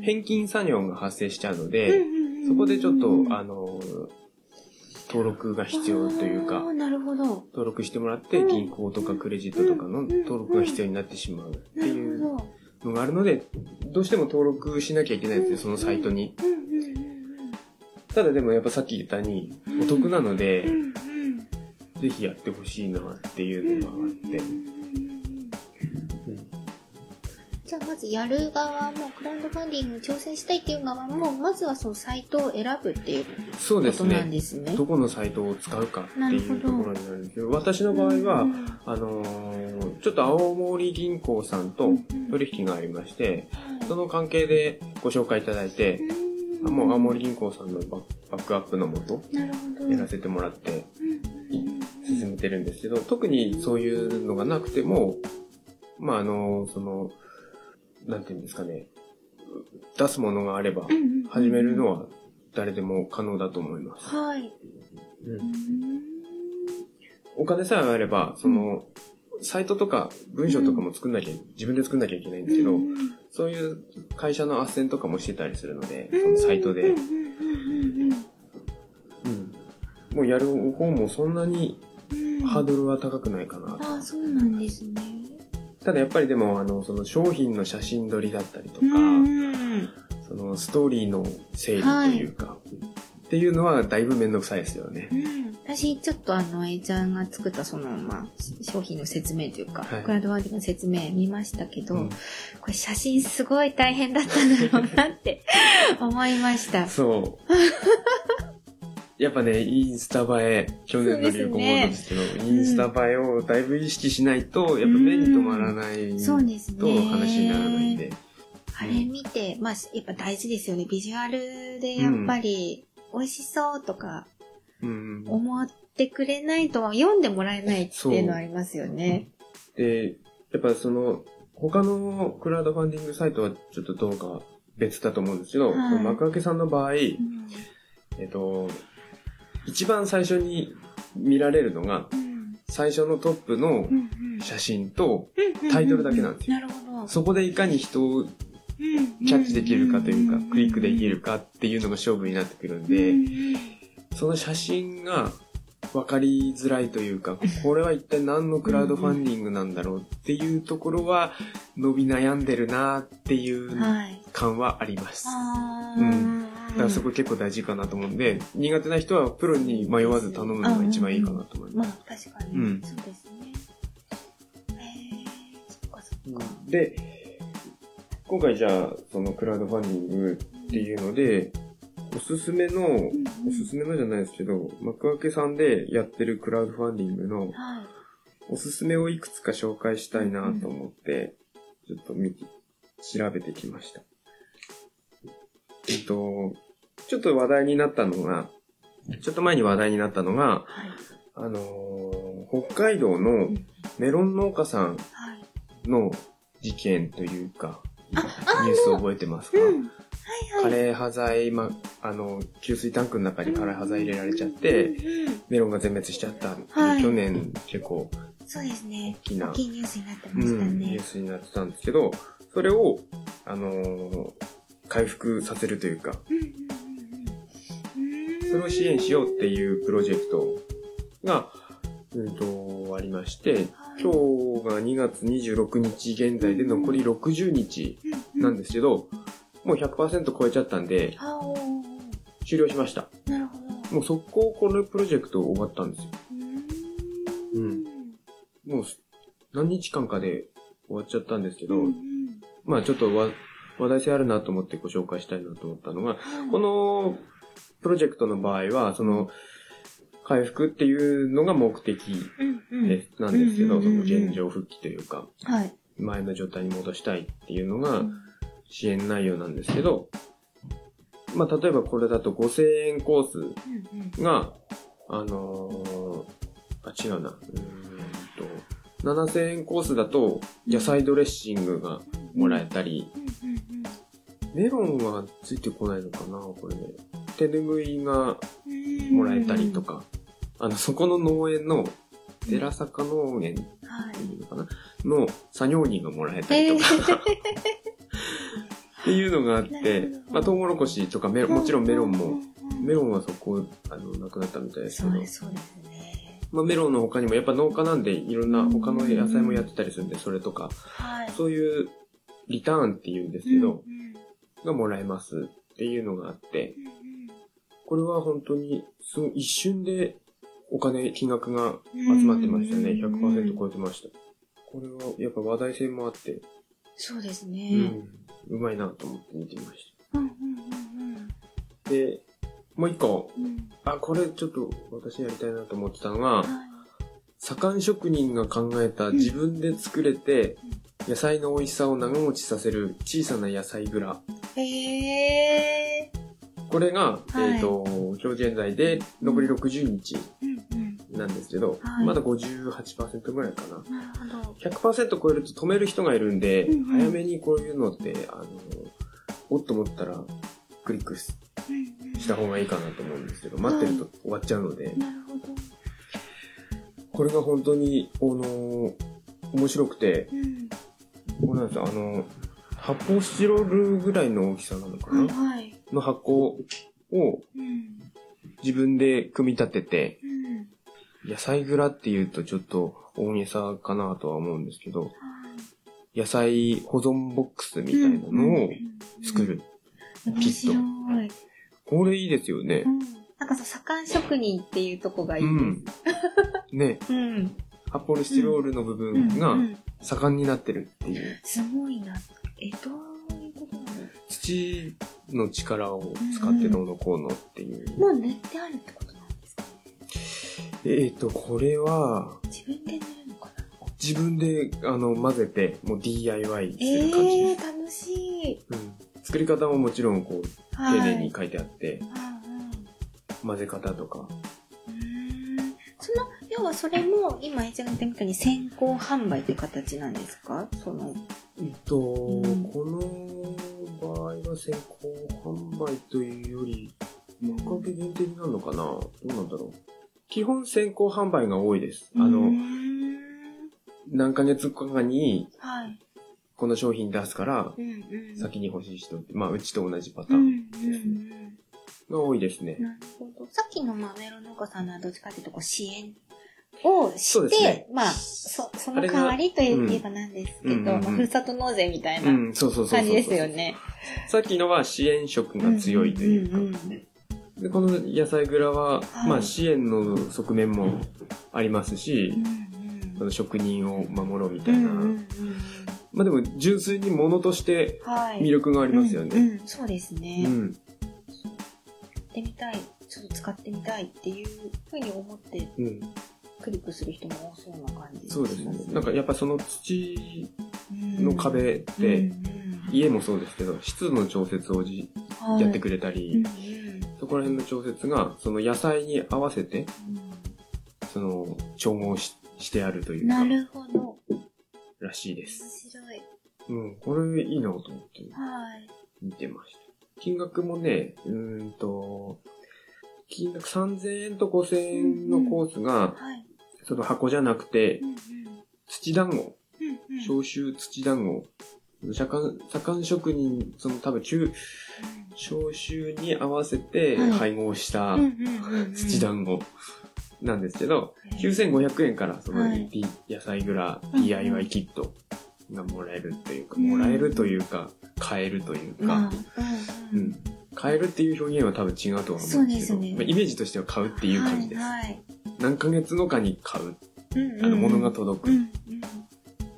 Speaker 1: 返金作業が発生しちゃうので、そこでちょっと、あの、
Speaker 2: の、
Speaker 1: 登録が必要という
Speaker 2: あ
Speaker 1: か
Speaker 2: ー、なるほど。
Speaker 1: 登録してもらって
Speaker 2: うん
Speaker 1: 銀行とかクレジットとかの登録が必要になってしまうって
Speaker 2: な
Speaker 1: いう
Speaker 2: るほど。
Speaker 1: のがあるので、どうしても登録しなきゃいけないんですよ、そのサイトに。
Speaker 2: うんうんうん
Speaker 1: ただでもやっぱさっき言ったように、お得なの
Speaker 2: うん。う
Speaker 1: で、
Speaker 2: んうん。
Speaker 1: ぜひやってほしいなって
Speaker 2: うんうんうんうんうん
Speaker 1: いうのがあって。
Speaker 2: うんじゃあまずやる側もクラウドファンディングに挑戦したいっていう側もまずはそのサイトを選ぶっていうこ
Speaker 1: そうです
Speaker 2: となん
Speaker 1: ね。
Speaker 2: ですね。
Speaker 1: どこのサイトを使うかっていうところになるんですけど、私の
Speaker 2: の
Speaker 1: 場合は、あのーちょっと青森銀行さんと取引がありまして、その関係でご紹介いただいて、あもう青森銀行さんのババックアップのもと、
Speaker 2: なるほど。
Speaker 1: やらせてもらって
Speaker 2: うんうんうん
Speaker 1: 進めてるんですけど、特にそういうのがなくても、まあ、あの、その、なんていうんですかね、出すものがあれば
Speaker 2: うん、うんうん
Speaker 1: 始めるのは誰でも可能だと思います。
Speaker 2: はい。
Speaker 1: うん
Speaker 2: うん
Speaker 1: お金さえあれば、その、サイトとか文章とかも作んなきゃ、自分で作んなきゃいけないんですけど、そういう会社の斡旋とかもしてたりするので、そのサイトで
Speaker 2: うんう、んうんうん
Speaker 1: う
Speaker 2: うん
Speaker 1: んもうをやる方もそんなに
Speaker 2: うん
Speaker 1: ハードルは高くないかな。
Speaker 2: ああ、そうなんですね。
Speaker 1: ただやっぱりでも、あの、その商品の写真撮りだったりとか、
Speaker 2: うん。
Speaker 1: そのストーリーの整理というか、っていうのはだいぶめんどくさいですよね
Speaker 2: う。ん、私、ちょっとあの、A ちゃんが作ったその、まあ、商品の説明というか、
Speaker 1: はい
Speaker 2: クラウドワーディングの説明見ましたけど、
Speaker 1: うん
Speaker 2: これ写真すごい大変だったんだろうなって 思いました。
Speaker 1: そう。やっぱね、インスタ映え、去年の流行語なんですけど、インスタ映えをだいぶ意識しないと、やっぱ目に留まらない
Speaker 2: そうですね。
Speaker 1: と話にならないんで。
Speaker 2: あれ見て、まあ、やっぱ大事ですよね。ビジュアルでやっぱり、美味しそうとか
Speaker 1: うん。
Speaker 2: 思ってくれないと読んでもらえないっていうのはありますよね。
Speaker 1: で、やっぱその、他のクラウドファンディングサイトはちょっとどうか別だと思うんですけど、
Speaker 2: はい
Speaker 1: その幕開けさんの場合、え
Speaker 2: う
Speaker 1: っ
Speaker 2: ん
Speaker 1: と、一番最初に見られるのが、
Speaker 2: うん
Speaker 1: 最初のトップの
Speaker 2: うん
Speaker 1: 写真と、
Speaker 2: うん
Speaker 1: タイトルだけなんですよ
Speaker 2: なるほど。
Speaker 1: そこでいかに人をキャッチできるかというか、クリックできるかっていうのが勝負になってくるん
Speaker 2: うんう
Speaker 1: で、
Speaker 2: ん
Speaker 1: その写真が分かりづらいというか、これは一体何のクラウドファンディングなんだろうっていうところは伸び悩んでるなっていう
Speaker 2: はい。
Speaker 1: 感はあります。
Speaker 2: あ
Speaker 1: うだから
Speaker 2: ー
Speaker 1: そこ結構大事かなと思うんで、苦手な人はプロに迷わず頼むのが一番いいかなと思い
Speaker 2: ま
Speaker 1: ま
Speaker 2: あ
Speaker 1: す。
Speaker 2: 確かに、
Speaker 1: うん
Speaker 2: そうですね。へえ、そっかそっか。
Speaker 1: で、今回じゃあ、そのクラウドファンディングっていうので、おすすめの
Speaker 2: うんうん
Speaker 1: おすすめのじゃないですけど、幕開けさんでやってるクラウドファンディングの
Speaker 2: はい。
Speaker 1: おすすめをいくつか紹介したいなと思って、ちょっと見て、調べてきました。えっと、ちょっと話題になったのが、ちょっと前に話題になったのが、
Speaker 2: はい。
Speaker 1: あのー北海道のメロン農家さん
Speaker 2: はい。
Speaker 1: の事件というか、ニ
Speaker 2: あ
Speaker 1: ュース覚えてますか、
Speaker 2: うん。はい
Speaker 1: カ
Speaker 2: はい。
Speaker 1: レー端材、ま、あの、給水タンクの中にカレー端材入れられちゃって、
Speaker 2: うんうん
Speaker 1: メロンが全滅しちゃったっていう、
Speaker 2: はい
Speaker 1: 去年結構
Speaker 2: そうですね。
Speaker 1: 大きな
Speaker 2: 大きいニュースになって
Speaker 1: う
Speaker 2: ました
Speaker 1: ん、ニュ
Speaker 2: ね
Speaker 1: ー。スになってたんですけど、それを、あのー回復させるというか、
Speaker 2: うんうんうんうん。
Speaker 1: それを支援しようって
Speaker 2: う
Speaker 1: いうプロジェクトが、うんと、ありまして、
Speaker 2: はい
Speaker 1: 今日が2月26日現在で残り60日
Speaker 2: ーん。う
Speaker 1: なん
Speaker 2: で
Speaker 1: ですけど、もう100%超えちゃったんで、
Speaker 2: あーおーおー
Speaker 1: 終了しました。
Speaker 2: なるほど。
Speaker 1: もう速攻このプロジェクト終わったんですよ。
Speaker 2: う。
Speaker 1: うんもうす何日間かで終わっちゃったんですけど、
Speaker 2: うんうん
Speaker 1: まあちょっとわ話題性あるなと思ってご紹介したいなと思ったのが、
Speaker 2: はい
Speaker 1: このプロジェクトの場合は、その、回復っていうのが目的
Speaker 2: うんうん
Speaker 1: でなんですけど、
Speaker 2: うん
Speaker 1: そ
Speaker 2: うんうん
Speaker 1: の
Speaker 2: うん
Speaker 1: 現状復帰というか、
Speaker 2: はい。
Speaker 1: 前の状態に戻したいっていうの
Speaker 2: う
Speaker 1: が
Speaker 2: ん
Speaker 1: 支援内容なんですけど、まあ例えばこれだと5000円コー
Speaker 2: うんうん
Speaker 1: スが、あのーあ、違うな、うーんと、7000円コースだと野菜ドレッシングがもらえたり、
Speaker 2: うんうんうん
Speaker 1: メロンはついてこないのかな、これね。手拭いがも
Speaker 2: も
Speaker 1: らえたりと。か、あの、そこの農園の、寺坂農園っ
Speaker 2: は
Speaker 1: て
Speaker 2: い。
Speaker 1: いうのかなの作業人がもらえた
Speaker 2: え
Speaker 1: り
Speaker 2: ー
Speaker 1: とか、っていうのがあっ
Speaker 2: な
Speaker 1: て
Speaker 2: るほ、ど
Speaker 1: まあ、トウモロコシとかメロン、もちろんメロンも、。メ
Speaker 2: ン
Speaker 1: ロンはそこ、あの、なくなったみたいですけ
Speaker 2: そ
Speaker 1: ど
Speaker 2: う、ですそうですね。
Speaker 1: まあ、メロンの他にも、やっぱ農家なんで、いろんな他の野菜もやってたりするんで、それとか、
Speaker 2: はい。
Speaker 1: そういう、リターンっていうんですけど、がもらえますっていうのがあって、これは本当に、すごい一瞬でお金、金額が集まってましたね。100%超えてました。これはやっぱ話題性もあって、
Speaker 2: そうです
Speaker 1: う
Speaker 2: ね。
Speaker 1: ん、うまいなと思って見てみまし
Speaker 2: うんうんうん
Speaker 1: た。で、もう一個、
Speaker 2: うんうん。
Speaker 1: あ、これちょっと私やりたいなと思ってたのが、
Speaker 2: は
Speaker 1: 左官職人が考えた自分で作れて、野菜の美味しさを長持ちさせる小さな野菜蔵。
Speaker 2: い。へー
Speaker 1: これが、
Speaker 2: はい
Speaker 1: えっ、と、今日現在で残り60日
Speaker 2: うんうん。
Speaker 1: なんですけど、
Speaker 2: はい
Speaker 1: まだ58%ぐらいかな。
Speaker 2: なるほど。
Speaker 1: 100%超えると止める人がいるんで、
Speaker 2: うんうん
Speaker 1: 早めにこういうのって、あの、おっと思ったら、クリックし
Speaker 2: うんうん
Speaker 1: した方がいいかなと思うんですけど、待ってると終わっちゃうので、
Speaker 2: なるほど。
Speaker 1: これが本当に、あの、面白くて、
Speaker 2: うん。
Speaker 1: これなんですよ、あの、発泡スチロールぐらいの大きさなのかな、
Speaker 2: はいはい。
Speaker 1: の箱を
Speaker 2: うん。
Speaker 1: 自分で組み立てて、
Speaker 2: うん
Speaker 1: 野菜蔵っていうとちょっと大げさかなとは思うんですけど、野菜保存ボックスみたいなのを作る。
Speaker 2: うん。
Speaker 1: ピッと
Speaker 2: 面白い。
Speaker 1: これいいですよね
Speaker 2: う。んなんかさ、左官職人っていうとこがいいです。
Speaker 1: ね、
Speaker 2: うん。
Speaker 1: 発泡スチロールの部
Speaker 2: うん
Speaker 1: 分が
Speaker 2: うん
Speaker 1: 盛んになってるっていう、
Speaker 2: すごいな。え、どういうことなの
Speaker 1: 土の力を使ってどうのこうのっていう。
Speaker 2: もう塗ってあるってことなんですか
Speaker 1: えっ、と、これは
Speaker 2: 自分で塗るのかな
Speaker 1: 自分であの混ぜて、もう DIY する感じ
Speaker 2: え
Speaker 1: で
Speaker 2: え、
Speaker 1: す。
Speaker 2: 楽しい。
Speaker 1: うん作り方ももちろんこう丁
Speaker 2: はい
Speaker 1: 寧に書いてあって、
Speaker 2: うんうん
Speaker 1: 混ぜ方とか。
Speaker 2: うーんその要はそれも今えちゃんが言ったみたいに先行販売って形なんですかその
Speaker 1: えっと、
Speaker 2: ん
Speaker 1: この場合は先行販売というより、幕開け限定になるのかなどうなんだろう。基本先行販売が多いです。あ
Speaker 2: うー
Speaker 1: の、
Speaker 2: ん
Speaker 1: 何ヶ月かに
Speaker 2: はい
Speaker 1: この商品出すから、
Speaker 2: うんうん
Speaker 1: 先に欲しい人って、まあ、うちと同じパタ
Speaker 2: う
Speaker 1: ー
Speaker 2: ん
Speaker 1: ン
Speaker 2: うんうん
Speaker 1: が多いですね。
Speaker 2: なるほどさっきのまあメロン農家さんのはどっちかっていうとこう支援をし
Speaker 1: そうで
Speaker 2: て、
Speaker 1: すね
Speaker 2: まあそその
Speaker 1: あれが
Speaker 2: 代わりと
Speaker 1: う
Speaker 2: い
Speaker 1: ん
Speaker 2: えばなんですけど、
Speaker 1: うんうんうん
Speaker 2: まあ、ふるさと納税みたいな
Speaker 1: うん、そうそうそうそうそう。
Speaker 2: 感じですよね。
Speaker 1: さっきのは支援色が強いというか、
Speaker 2: んんん
Speaker 1: でこの野菜蔵は、
Speaker 2: い
Speaker 1: まあ、支援の側面もありますし
Speaker 2: うん、
Speaker 1: その職人を守ろうみた
Speaker 2: うんう
Speaker 1: い
Speaker 2: ん
Speaker 1: な、
Speaker 2: うんうん
Speaker 1: まあでも純粋に物として
Speaker 2: はい
Speaker 1: 魅力がありますよ
Speaker 2: うん
Speaker 1: ね。
Speaker 2: うんそうですね、
Speaker 1: うん、
Speaker 2: やってみたい、ちょっと使ってみたいっていうふうに思って
Speaker 1: うん、
Speaker 2: クリックする人も多そうな感じ
Speaker 1: そうですね。なんかやっぱその土の
Speaker 2: っ
Speaker 1: 壁って、家もそうですけど、湿度の調節をじやってくれたり、
Speaker 2: る。
Speaker 1: そこら辺の調節が、その野菜に合わせて、
Speaker 2: うん
Speaker 1: その、調合ししてあるという
Speaker 2: な
Speaker 1: か、
Speaker 2: るほど。面
Speaker 1: らしいです。
Speaker 2: 白い。
Speaker 1: うん、これいいなと思って
Speaker 2: はい。
Speaker 1: 見てました。金額もね、うーんと、金額3000円と5000円のコースが、
Speaker 2: はい。
Speaker 1: その箱じゃなくて
Speaker 2: う、んうん
Speaker 1: 土団子、
Speaker 2: うんうん
Speaker 1: 消臭土団子、左官、左官職人、その多分中、消臭に合わせて
Speaker 2: はい
Speaker 1: 配合した
Speaker 2: うんうんうんうん
Speaker 1: 土団子なんですけど、
Speaker 2: へー
Speaker 1: 9500円からその
Speaker 2: はい
Speaker 1: D- 野菜蔵
Speaker 2: うん
Speaker 1: DIY キットがもらえるというか、
Speaker 2: うん
Speaker 1: もらえるというか、買えるという
Speaker 2: まあ
Speaker 1: か、
Speaker 2: う
Speaker 1: うん
Speaker 2: うん
Speaker 1: ん。買えるっていう表現は多分違うとは思うんですけ
Speaker 2: そう
Speaker 1: ど、
Speaker 2: ですね
Speaker 1: まあイメージとしては買うっていう感じです。
Speaker 2: はいはい
Speaker 1: 何ヶ月後かに買う、
Speaker 2: うんうんうん
Speaker 1: あの、物が届く。
Speaker 2: うんうん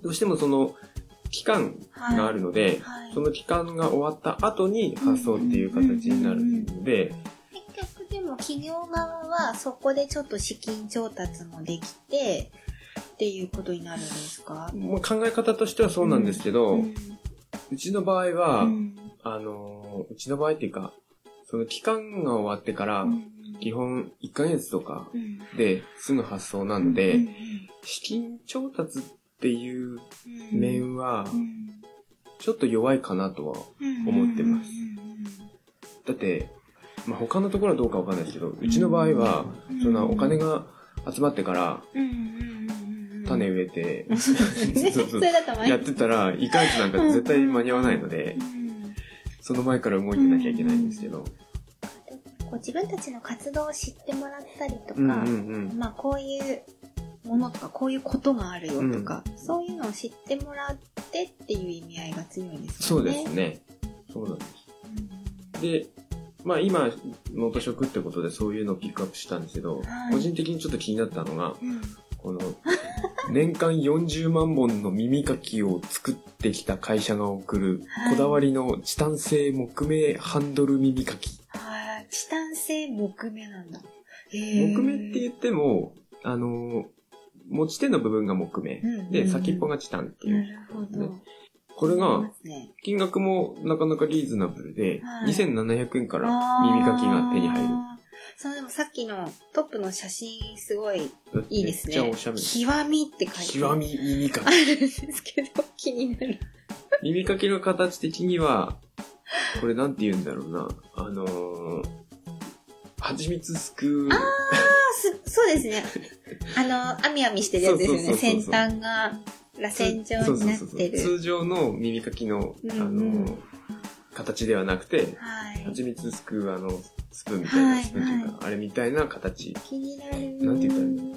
Speaker 1: どうしてもその、期間
Speaker 2: はい
Speaker 1: があるので、
Speaker 2: はい
Speaker 1: その期間が終わった後に発送っていう形になるので、
Speaker 2: 結局でも企業側はそこでちょっと資金調達もできてっていうことになるんですか
Speaker 1: まあ、考え方としてはそうなんですけど、う
Speaker 2: うん
Speaker 1: ちの場合は、
Speaker 2: うん
Speaker 1: あのー、うちの場合っていうか、その期間が終わってから、基本1ヶ月とか
Speaker 2: うん
Speaker 1: ですぐ発送なので、
Speaker 2: うん
Speaker 1: 資金調達っていう
Speaker 2: うん
Speaker 1: 面は、
Speaker 2: うん
Speaker 1: ちょっと弱いかなとは。
Speaker 2: うん
Speaker 1: 思ってます
Speaker 2: うん
Speaker 1: だって、まあ、他のところはどうかわかんないですけど、うちの場合は、
Speaker 2: うん
Speaker 1: そんなお金が集まってから
Speaker 2: うんうんうんうん
Speaker 1: 種植えて、
Speaker 2: そうですね
Speaker 1: そうそう
Speaker 2: それだと前
Speaker 1: やってたら、1ヶ月なんか絶対間に合わないので
Speaker 2: う、ん
Speaker 1: その前から動いてなきゃいけないんですけど。
Speaker 2: こう自分たちの活動を知ってもらったりとか、
Speaker 1: うんうん
Speaker 2: まあこういうものとかこういうことがあるよとか、そういうのを知ってもらってっていう意味合いが強いんです
Speaker 1: そ
Speaker 2: よ
Speaker 1: う
Speaker 2: ね。
Speaker 1: ですね。そうなんです。で、まあ今、ノート食ってことでそういうのをピックアップしたんですけど、
Speaker 2: はい
Speaker 1: 個人的にちょっと気になったのが、
Speaker 2: うん。うん
Speaker 1: この、年間40万本の耳かきを作ってきた会社が送る、
Speaker 2: はい
Speaker 1: こだわりのチタン製木目ハンドル耳かき。
Speaker 2: はい。チタン製木目なんだ。へー
Speaker 1: 木目って言っても、あの、持ち手の部分が木目
Speaker 2: うんうんうん。
Speaker 1: で、先っぽがチタンってい
Speaker 2: な
Speaker 1: う。
Speaker 2: るほど。
Speaker 1: これ
Speaker 2: あり
Speaker 1: が
Speaker 2: ま、すね
Speaker 1: 金額もなかなかリーズナブルで
Speaker 2: は、い
Speaker 1: 2700円から耳かきが手に入る。
Speaker 2: あーそう、でもさっきのトップの写真すごいいいですね。
Speaker 1: めっちゃおしゃれ。
Speaker 2: 極みって書いてあ
Speaker 1: 極
Speaker 2: る。
Speaker 1: み耳か
Speaker 2: あ
Speaker 1: き。
Speaker 2: るんですけど、気になる。
Speaker 1: 耳かきの形的には、これなんて言うんだろうな。あのー、蜂蜜すくう、
Speaker 2: あーすそう ですね。あの、あみあみしてるやつですよ
Speaker 1: そう
Speaker 2: ね。
Speaker 1: そうそうそう
Speaker 2: 先端が、螺旋状になっ
Speaker 1: そうそうそうそ
Speaker 2: て
Speaker 1: う
Speaker 2: る。
Speaker 1: 通常の耳かきの、
Speaker 2: うん
Speaker 1: あのー形ではなくて、
Speaker 2: はい。
Speaker 1: 蜂蜜すくうあの、スプーンみたいな、
Speaker 2: はい
Speaker 1: スプーンというか、あれみたいな形。
Speaker 2: 気になる。
Speaker 1: なんて言ったらいい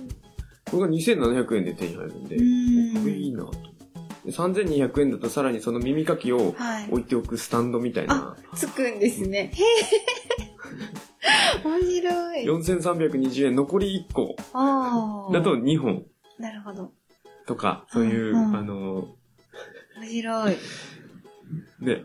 Speaker 1: これが2700円で手に入るんで、
Speaker 2: うん
Speaker 1: これいいなと。で3200円だとさらにその耳かきを
Speaker 2: はい。
Speaker 1: 置いておくスタンドみたいな、
Speaker 2: つくんですね。へえ。面白い。
Speaker 1: 4320円残り1個
Speaker 2: ああ。
Speaker 1: だと。2本
Speaker 2: なるほど。
Speaker 1: とか、そういう、
Speaker 2: うんうん
Speaker 1: あの、
Speaker 2: 面白い。
Speaker 1: ね、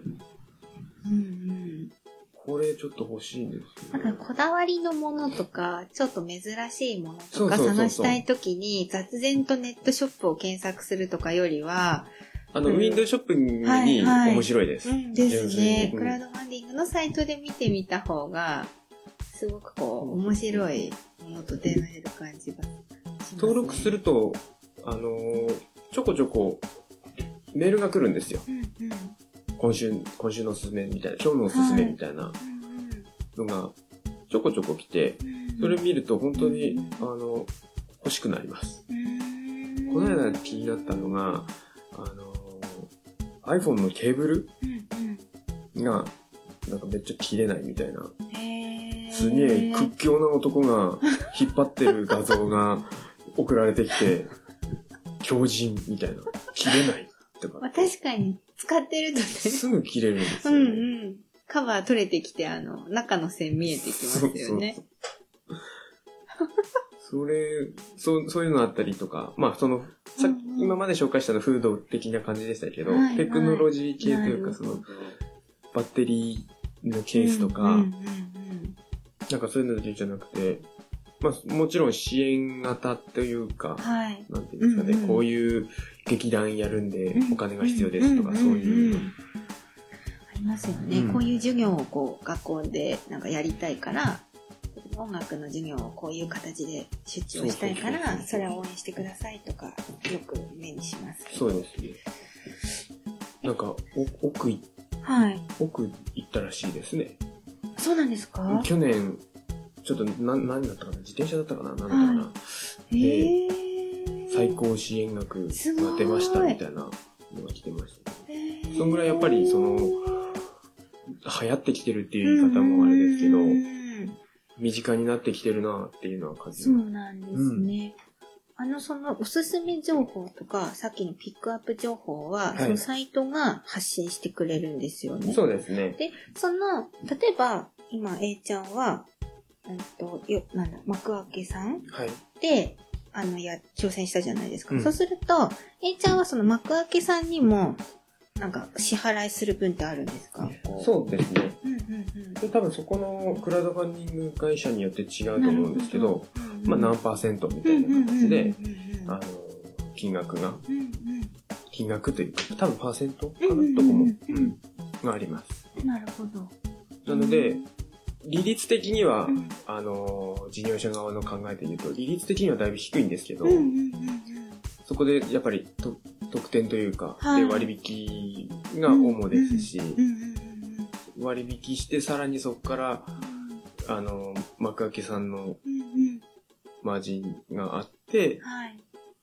Speaker 2: うんうん。
Speaker 1: これちょっと欲しいんです
Speaker 2: なん
Speaker 1: よ
Speaker 2: かこだわりのものとか、ちょっと珍しいもの
Speaker 1: そ
Speaker 2: と
Speaker 1: うそ
Speaker 2: か
Speaker 1: うそうそう
Speaker 2: 探したいときに、雑然とネットショップを検索するとかよりは、
Speaker 1: あの、
Speaker 2: うん
Speaker 1: ウィンドウショップに
Speaker 2: はいはい
Speaker 1: 面白いです。
Speaker 2: うんですね、
Speaker 1: うん
Speaker 2: クラウドファンディングのサイトで見てみた方が、すごくこう、面白いものと出会える感じがします、
Speaker 1: 登録す
Speaker 2: る。
Speaker 1: ると、あのーちょこちょこメールが来るんですよ。
Speaker 2: うんうん。うん
Speaker 1: 今週、今週のおすすめみたいな、今日のおすすめみたいなのがちょこちょこ来て、
Speaker 2: うん
Speaker 1: それ見ると本当に
Speaker 2: うん、
Speaker 1: あの、欲しくなります。
Speaker 2: うん
Speaker 1: この間気になったのが、あのー iPhone のケーブル
Speaker 2: うん
Speaker 1: が、なんかめっちゃ切れないみたいな。
Speaker 2: うん。へー
Speaker 1: すげえ屈強な男が引っ張ってる画像が送られてきて、強靭みたいな。切れないと
Speaker 2: ま
Speaker 1: か
Speaker 2: あ。確かに、使ってるとね。
Speaker 1: すぐ切れるんです
Speaker 2: う
Speaker 1: よ
Speaker 2: ん
Speaker 1: ね、
Speaker 2: うん。カバー取れてきて、あの、中の線見えてきますよね。
Speaker 1: そうそうそう。それ、そう、そういうのあったりとか、まあその、さっき
Speaker 2: うんうん
Speaker 1: 今まで紹介したのフード的な感じでしたけど、
Speaker 2: はいはい
Speaker 1: テクノロジー系という
Speaker 2: な
Speaker 1: か
Speaker 2: る
Speaker 1: そ
Speaker 2: ほ
Speaker 1: の
Speaker 2: ど、
Speaker 1: バッテリーのケースとか、
Speaker 2: うんうんうん
Speaker 1: なんかそういうのだけじゃなくて、まあもちろん支援型というか
Speaker 2: うん、はい。
Speaker 1: なんていうんですかね、
Speaker 2: うんうん
Speaker 1: こういう劇団やるんで
Speaker 2: うん
Speaker 1: お金が必要ですとか、
Speaker 2: うん
Speaker 1: そうい
Speaker 2: ん
Speaker 1: う。
Speaker 2: んありますよね、
Speaker 1: うん
Speaker 2: こういう授業をこう、学校でなんかやりたいから、音楽の授業をこういう形で出張したい
Speaker 1: そ
Speaker 2: か
Speaker 1: うそう
Speaker 2: ら
Speaker 1: そう、
Speaker 2: それを応援してくださいとか、よく目にします。
Speaker 1: そうですね。なんか、お奥い、
Speaker 2: はい。
Speaker 1: 奥行ったらしいですね。
Speaker 2: そうなんですか
Speaker 1: 去年、ちょっとな、何だったかな自転車だったかな何だったかな、
Speaker 2: はえー、
Speaker 1: 最高支援額が出ましたみたいなのが来てましたね、
Speaker 2: えー。
Speaker 1: そんぐらいやっぱりその流行ってきてるっていう言い方もあれですけど、
Speaker 2: うんうんうん
Speaker 1: 身近になってきてるなっていうのは感じ
Speaker 2: そ
Speaker 1: ます。
Speaker 2: うなんですね。あの、その、おすすめ情報とか、さっきのピックアップ情報は、
Speaker 1: はい
Speaker 2: そのサイトが発信してくれるんですよね。
Speaker 1: そうですね。
Speaker 2: で、その、例えば、今、A ちゃんは、うんと、よ、なんだ、幕開けさん
Speaker 1: はい。
Speaker 2: で、あの、や、挑戦したじゃないですか。
Speaker 1: うん
Speaker 2: そうすると、A ちゃんはその幕開けさんにも、なんか、支払いする分ってあるんですか
Speaker 1: そうですね。
Speaker 2: う。うんうんうん。
Speaker 1: で多分そこのクラウドファンディング会社によって違うと思うんですけど、まあ何パーセントみたいな形で、
Speaker 2: うんうんうんうんうん
Speaker 1: あの、金額が、
Speaker 2: うんうん
Speaker 1: 金額というか、多分パーセントかな、
Speaker 2: うんうんうん
Speaker 1: どこも、うん、があります。
Speaker 2: なるほど。
Speaker 1: なので、利率的には、
Speaker 2: うん
Speaker 1: あの、事業者側の考えで言うと、利率的にはだいぶ低いんですけど、
Speaker 2: うんうんうん
Speaker 1: そこでやっぱりと特典というか、
Speaker 2: はい
Speaker 1: で割引が主ですし、
Speaker 2: うんうんうんうん
Speaker 1: 割引してさらにそこから、あの、幕開けさんの
Speaker 2: うんうん
Speaker 1: マージンがあって、
Speaker 2: はい。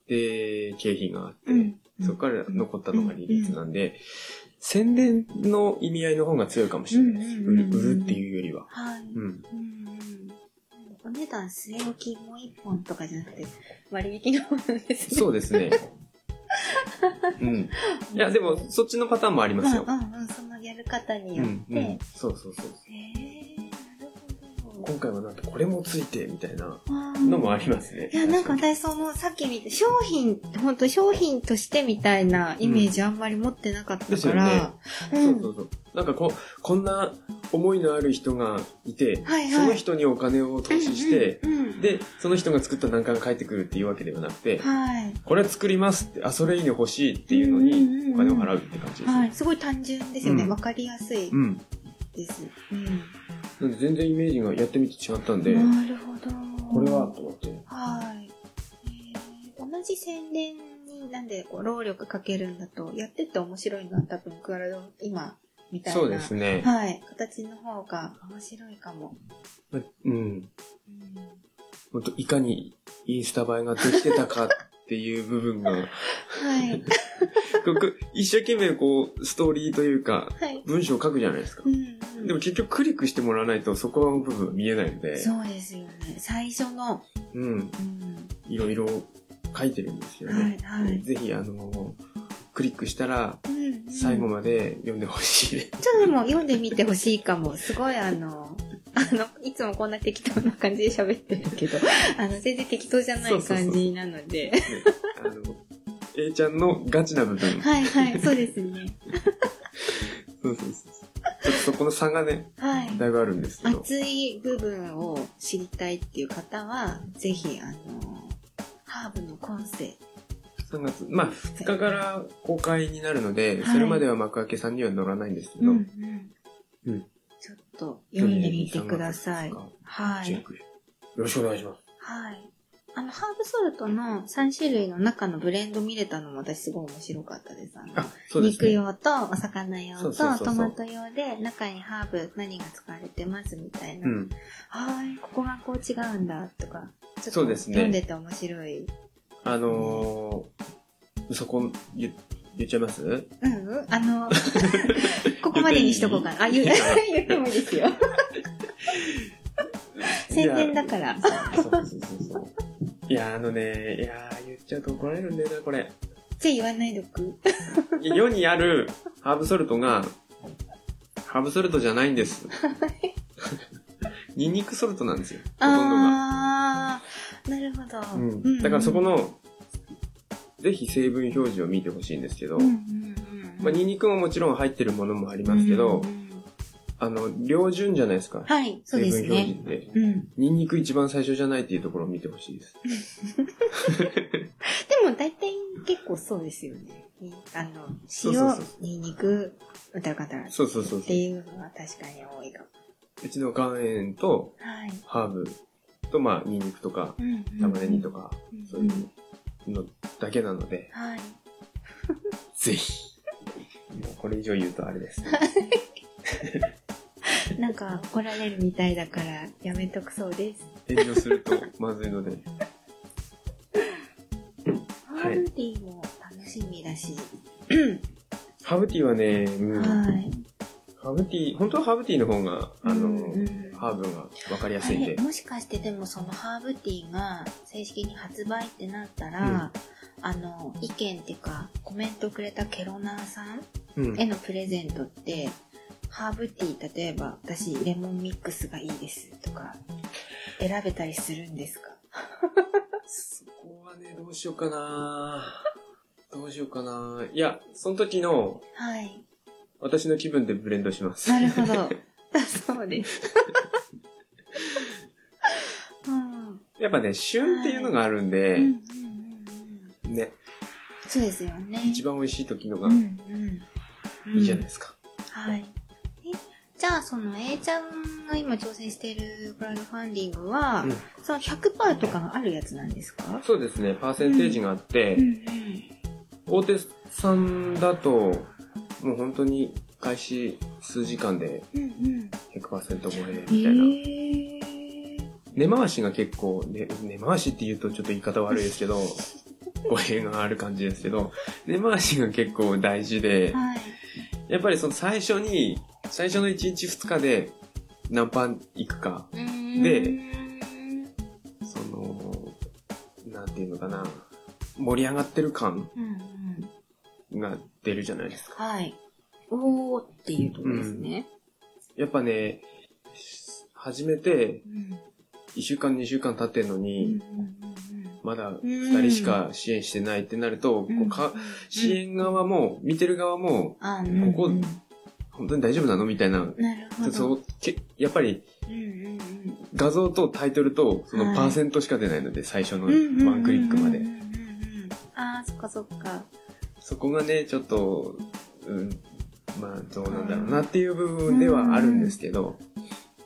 Speaker 1: で、経費があって、
Speaker 2: うん
Speaker 1: そこから残ったのが利率なんで、宣伝の意味合いの方が強いかもしれないです。
Speaker 2: うんうんうんうん
Speaker 1: 売る売るっていうよりは。
Speaker 2: はい。
Speaker 1: うん。
Speaker 2: うんうんお値段据え置きもう一本とかじゃなくて割引のものですね。
Speaker 1: そう ですね。うん。いや、でも、そっちのパターンもあり
Speaker 2: う
Speaker 1: ま
Speaker 2: ん
Speaker 1: す
Speaker 2: う
Speaker 1: よ。
Speaker 2: んうん、そのやる方に
Speaker 1: う
Speaker 2: よっ
Speaker 1: ん、
Speaker 2: て。
Speaker 1: う
Speaker 2: へ
Speaker 1: ん。そうそうそう。
Speaker 2: えなるほど
Speaker 1: 今回はなんかこれもついて、みたいな
Speaker 2: あー
Speaker 1: のもありますね。
Speaker 2: いや、なんか私その、さっき見て、商品、本当商品としてみたいなイメージあんまり持ってなかったから。う
Speaker 1: そうんそうそう。なんかこ、こんな思いのある人がいて、
Speaker 2: はいはい
Speaker 1: その人にお金を投資して、
Speaker 2: うんうんうん、
Speaker 1: で、その人が作った難関が返ってくるっていうわけではなくて、
Speaker 2: はい。
Speaker 1: これ作りますって、あ、それいいの欲しいっていうの
Speaker 2: うんうんうんう
Speaker 1: に
Speaker 2: ん
Speaker 1: お金を払うって感じです
Speaker 2: は
Speaker 1: ね。
Speaker 2: い、すごい単純ですよね。
Speaker 1: うん
Speaker 2: わ、かりやすい
Speaker 1: うん。
Speaker 2: です。うん。
Speaker 1: なんで全然イメージがやってみて違ったんで、
Speaker 2: なるほど。
Speaker 1: これはと思って。
Speaker 2: はい、えー同じ宣伝になんでこう労力かけるんだと、やってって面白いのは多分クアラド今みたいな。
Speaker 1: そうですね。
Speaker 2: はい。形の方が面白いかも。
Speaker 1: うん。
Speaker 2: うん
Speaker 1: ほんといかにインスタ映えができてたかっっていう部分 が、
Speaker 2: はい。
Speaker 1: ここ一生懸命こう、ストーリーというか、
Speaker 2: はい。
Speaker 1: 文章を書くじゃないですか
Speaker 2: う。んうん。
Speaker 1: でも結局クリックしてもらわないとそこの部分は見えないので、
Speaker 2: そうですよね。最初の、
Speaker 1: うん、
Speaker 2: うん、
Speaker 1: いろいろ書いてるんですよ
Speaker 2: はい
Speaker 1: ね。
Speaker 2: はい。
Speaker 1: ぜひ、あの、クリックしたら
Speaker 2: うんうん
Speaker 1: 最後まで読んでほしいです。
Speaker 2: ちょっとでも読んでみてほしいかも。すごいあの、あの、いつもこんな適当な感じで喋ってる けど、あの、全然適当じゃな
Speaker 1: そう
Speaker 2: い
Speaker 1: そうそう
Speaker 2: 感じなので。
Speaker 1: ねあの、A ちゃんのガチな部分。
Speaker 2: はいはい、そうですね。
Speaker 1: そうそうそうそう。ちょっとそこの差がね、
Speaker 2: はい。
Speaker 1: だいぶあるんですけど。
Speaker 2: 熱い部分を知りたいっていう方は、ぜひ、あの、ハーブの今世。
Speaker 1: 3月、まあ、2日から公開になるので、
Speaker 2: はい
Speaker 1: それまでは幕開けさんには乗らないんですけ
Speaker 2: うん
Speaker 1: ど、
Speaker 2: うん。
Speaker 1: うん
Speaker 2: ちょっと読んでみてください
Speaker 1: 3。月
Speaker 2: は
Speaker 1: です
Speaker 2: い。
Speaker 1: かよろしくお願いします。
Speaker 2: はい。あの、ハーブソルトの3種類の中のブレンド見れたのも私すごい面白かったです。あの
Speaker 1: あ、そうです
Speaker 2: 肉
Speaker 1: ね。
Speaker 2: 用とお魚用
Speaker 1: そ
Speaker 2: と
Speaker 1: うそうそうそ
Speaker 2: ト
Speaker 1: う
Speaker 2: マト用で中にハーブ何が使われてますみたいな、
Speaker 1: うん。
Speaker 2: はいここがこう違うんだとかち
Speaker 1: そ
Speaker 2: ょ
Speaker 1: う
Speaker 2: っ
Speaker 1: で
Speaker 2: と
Speaker 1: すね
Speaker 2: 読んでて面白い、
Speaker 1: あのー、そこ、言、言っちゃいます
Speaker 2: うんうんあの ここまでにしとこうかなあ言う 言ってもいいですよ宣伝だから
Speaker 1: そうそうそうそう。いや、あのね、いや、言っちゃうと怒られるんだよな、これ。
Speaker 2: じゃあ言わないでおく
Speaker 1: い や世にあるハーブソルトが、ハーブソルトじゃないん です。ニンニクソルトなんですよ、ほとんどが。
Speaker 2: あーなるほど、
Speaker 1: うん
Speaker 2: うんうん
Speaker 1: だからそこの、ぜひ成分表示を見てほしいんですけど、
Speaker 2: うんうんうん
Speaker 1: まあ、ニンニクももちろん入ってるものもありますけど、
Speaker 2: うんうん
Speaker 1: あの、量順じゃないですか。
Speaker 2: はいそうです
Speaker 1: 成分表
Speaker 2: ね
Speaker 1: 示って。
Speaker 2: うん
Speaker 1: ニンニク一番最初じゃないっていうところを見てほしいです。
Speaker 2: でも大体結構そうですよね。にあの、
Speaker 1: そうそう
Speaker 2: 塩
Speaker 1: そう、
Speaker 2: ニンニク、歌う方っ
Speaker 1: そうそうそうそ
Speaker 2: て
Speaker 1: う。
Speaker 2: いうのは確かに多いかも。
Speaker 1: うちの岩塩と
Speaker 2: はい。
Speaker 1: ハーブと、まあ、ニンニクとか、
Speaker 2: うん
Speaker 1: 玉ねぎとか、
Speaker 2: うん
Speaker 1: そういうのだけなので、
Speaker 2: はい。
Speaker 1: ぜひ。もうこれ以上言うとあれ です。
Speaker 2: なんか怒られるみたいだからやめとくそうです。
Speaker 1: 炎上するとまずいので。
Speaker 2: ハーブティーも楽しみだし。
Speaker 1: ハーブティーはね、うん
Speaker 2: はい。
Speaker 1: ハーブティー、本当はハーブティーの方が、あの、
Speaker 2: うん
Speaker 1: ハーブが分かりや
Speaker 2: あ
Speaker 1: すいんで
Speaker 2: れ、。もしかしてでもそのハーブティーが正式に発売ってなったら、あの、意見っていうかコメントくれたケロナーさん
Speaker 1: うん
Speaker 2: へ。のプレゼントってハーブティー例えば私レモンミックスがいいですとか選べたりするんですか
Speaker 1: そこはね、どうしようかなどうしようかないや、その時の
Speaker 2: はい
Speaker 1: 私の気分でブレンドします。
Speaker 2: なるほどだそうです、うん
Speaker 1: やっぱね、旬っていうのがあるんで、
Speaker 2: うんうんうんうん
Speaker 1: ね、
Speaker 2: そうですよね
Speaker 1: 一番美味しい時のが
Speaker 2: う
Speaker 1: い
Speaker 2: んうんうん
Speaker 1: いじゃないですか。
Speaker 2: はいえじゃあその A ちゃんが今挑戦しているクラウドファンディングは、
Speaker 1: うん
Speaker 2: その100%とかがあるやつなんですか
Speaker 1: そうですね、パーセンテージがあって、
Speaker 2: うん
Speaker 1: 大手さんだと、もう本当に開始数時間で
Speaker 2: うんうん
Speaker 1: 100%超え
Speaker 2: え
Speaker 1: みたいな。
Speaker 2: えー
Speaker 1: 根回しが結構、ね、根回しって言うとちょっと言い方悪いですけど、語弊がある感じですけど、根回しが結構大事で、
Speaker 2: はい。
Speaker 1: やっぱりその最初に、最初の1日2日で何パンいくか、でその、なんていうのかな、盛り上がってる感
Speaker 2: うんうん、
Speaker 1: が出るじゃないですか。
Speaker 2: はい。おーっていうところですね。
Speaker 1: やっぱね、初めて
Speaker 2: うんうん
Speaker 1: 1週間2週間経ってんの
Speaker 2: うん
Speaker 1: に、
Speaker 2: うん
Speaker 1: まだ2人しか支援してないってなると、こ
Speaker 2: うん
Speaker 1: うか支援側も、見てる側も、
Speaker 2: あうん
Speaker 1: ここ
Speaker 2: うん
Speaker 1: 本当に大丈夫なのみたいな。
Speaker 2: なるほど。
Speaker 1: そうけやっぱり
Speaker 2: うんうんうん
Speaker 1: 画像とタイトルとそ
Speaker 2: は
Speaker 1: の
Speaker 2: い
Speaker 1: パーセントしか出ないので、最初の
Speaker 2: うんうん
Speaker 1: ワンクリックまで
Speaker 2: うん。うんうんあー、そっかそっか。
Speaker 1: そこがね、ちょっと、うん、まあどうなんだろうなっていう部分ではあるんですけど、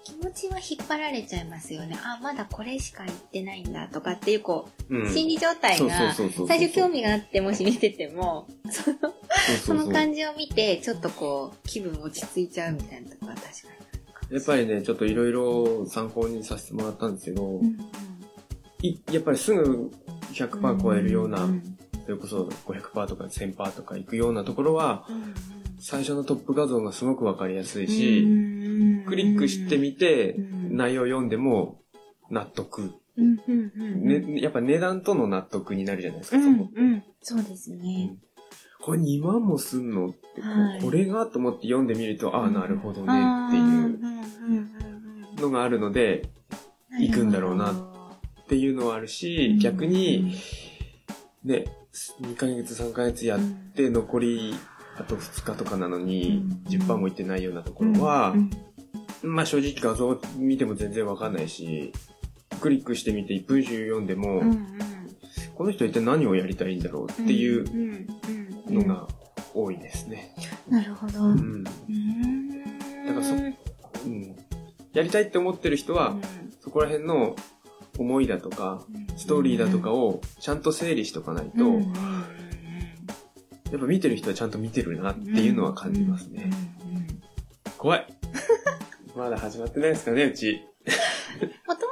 Speaker 2: 気持ちは引っ張られちゃいますよね。あー、まだこれしか言ってないんだとかっていう、こ
Speaker 1: う
Speaker 2: う、
Speaker 1: ん。
Speaker 2: 心理状態
Speaker 1: そうそう
Speaker 2: が、
Speaker 1: そうそう
Speaker 2: 最初興味があってもし見てても、その
Speaker 1: そ
Speaker 2: そう
Speaker 1: そう
Speaker 2: の
Speaker 1: そう
Speaker 2: 感じを見て、ちょっとこう、気分落ち着いちゃうみたいなとこは確か
Speaker 1: やっぱりね、ちょっといろいろ参考にさせてもらったんですけど、
Speaker 2: に。うん
Speaker 1: いやっぱりすぐ100%超えるような、
Speaker 2: うん
Speaker 1: それこそ500%とか1000%とかいくようなところは、最初のトップ画像がすごくわかりやすいし、クリックしてみて
Speaker 2: う、ん
Speaker 1: 内容読んでも納得。
Speaker 2: うんうんうんうん
Speaker 1: ね、やっぱ値段との納得になるじゃないです
Speaker 2: う
Speaker 1: か、そ
Speaker 2: ん
Speaker 1: こ。
Speaker 2: うん、そうですね。
Speaker 1: これ2万もすんのって、こう
Speaker 2: はい
Speaker 1: これがと思って読んでみると、ああ、なるほどね
Speaker 2: あー
Speaker 1: っていう
Speaker 2: うんうんうん
Speaker 1: のがあるので、
Speaker 2: うん
Speaker 1: 行くんだろうなっていうのはあるし、逆に、、ね、2ヶ月3ヶ月やって残りあと2日とかなのに
Speaker 2: うん
Speaker 1: 10%もいってないようなとこ
Speaker 2: うん
Speaker 1: ろは
Speaker 2: う、ん
Speaker 1: まあ正直画像見ても全然わかんないし、クリックしてみて1分読んでも、
Speaker 2: うんうん
Speaker 1: この人一体何をやりたいんだろうっていうん
Speaker 2: うん
Speaker 1: のが多いですね。
Speaker 2: うんなるほど。
Speaker 1: う。
Speaker 2: うんーん
Speaker 1: だからそうん。やりたいって思ってる人は、そこら辺の思いだとか、ストーリーだとか
Speaker 2: を
Speaker 1: をちゃんと整理しとかないと、やっぱ見てる人はちゃんと見てるなっていうのは感じますね。。
Speaker 2: うんうんうんうん
Speaker 1: 怖い まだ始まってないですかね、うち。
Speaker 2: もともと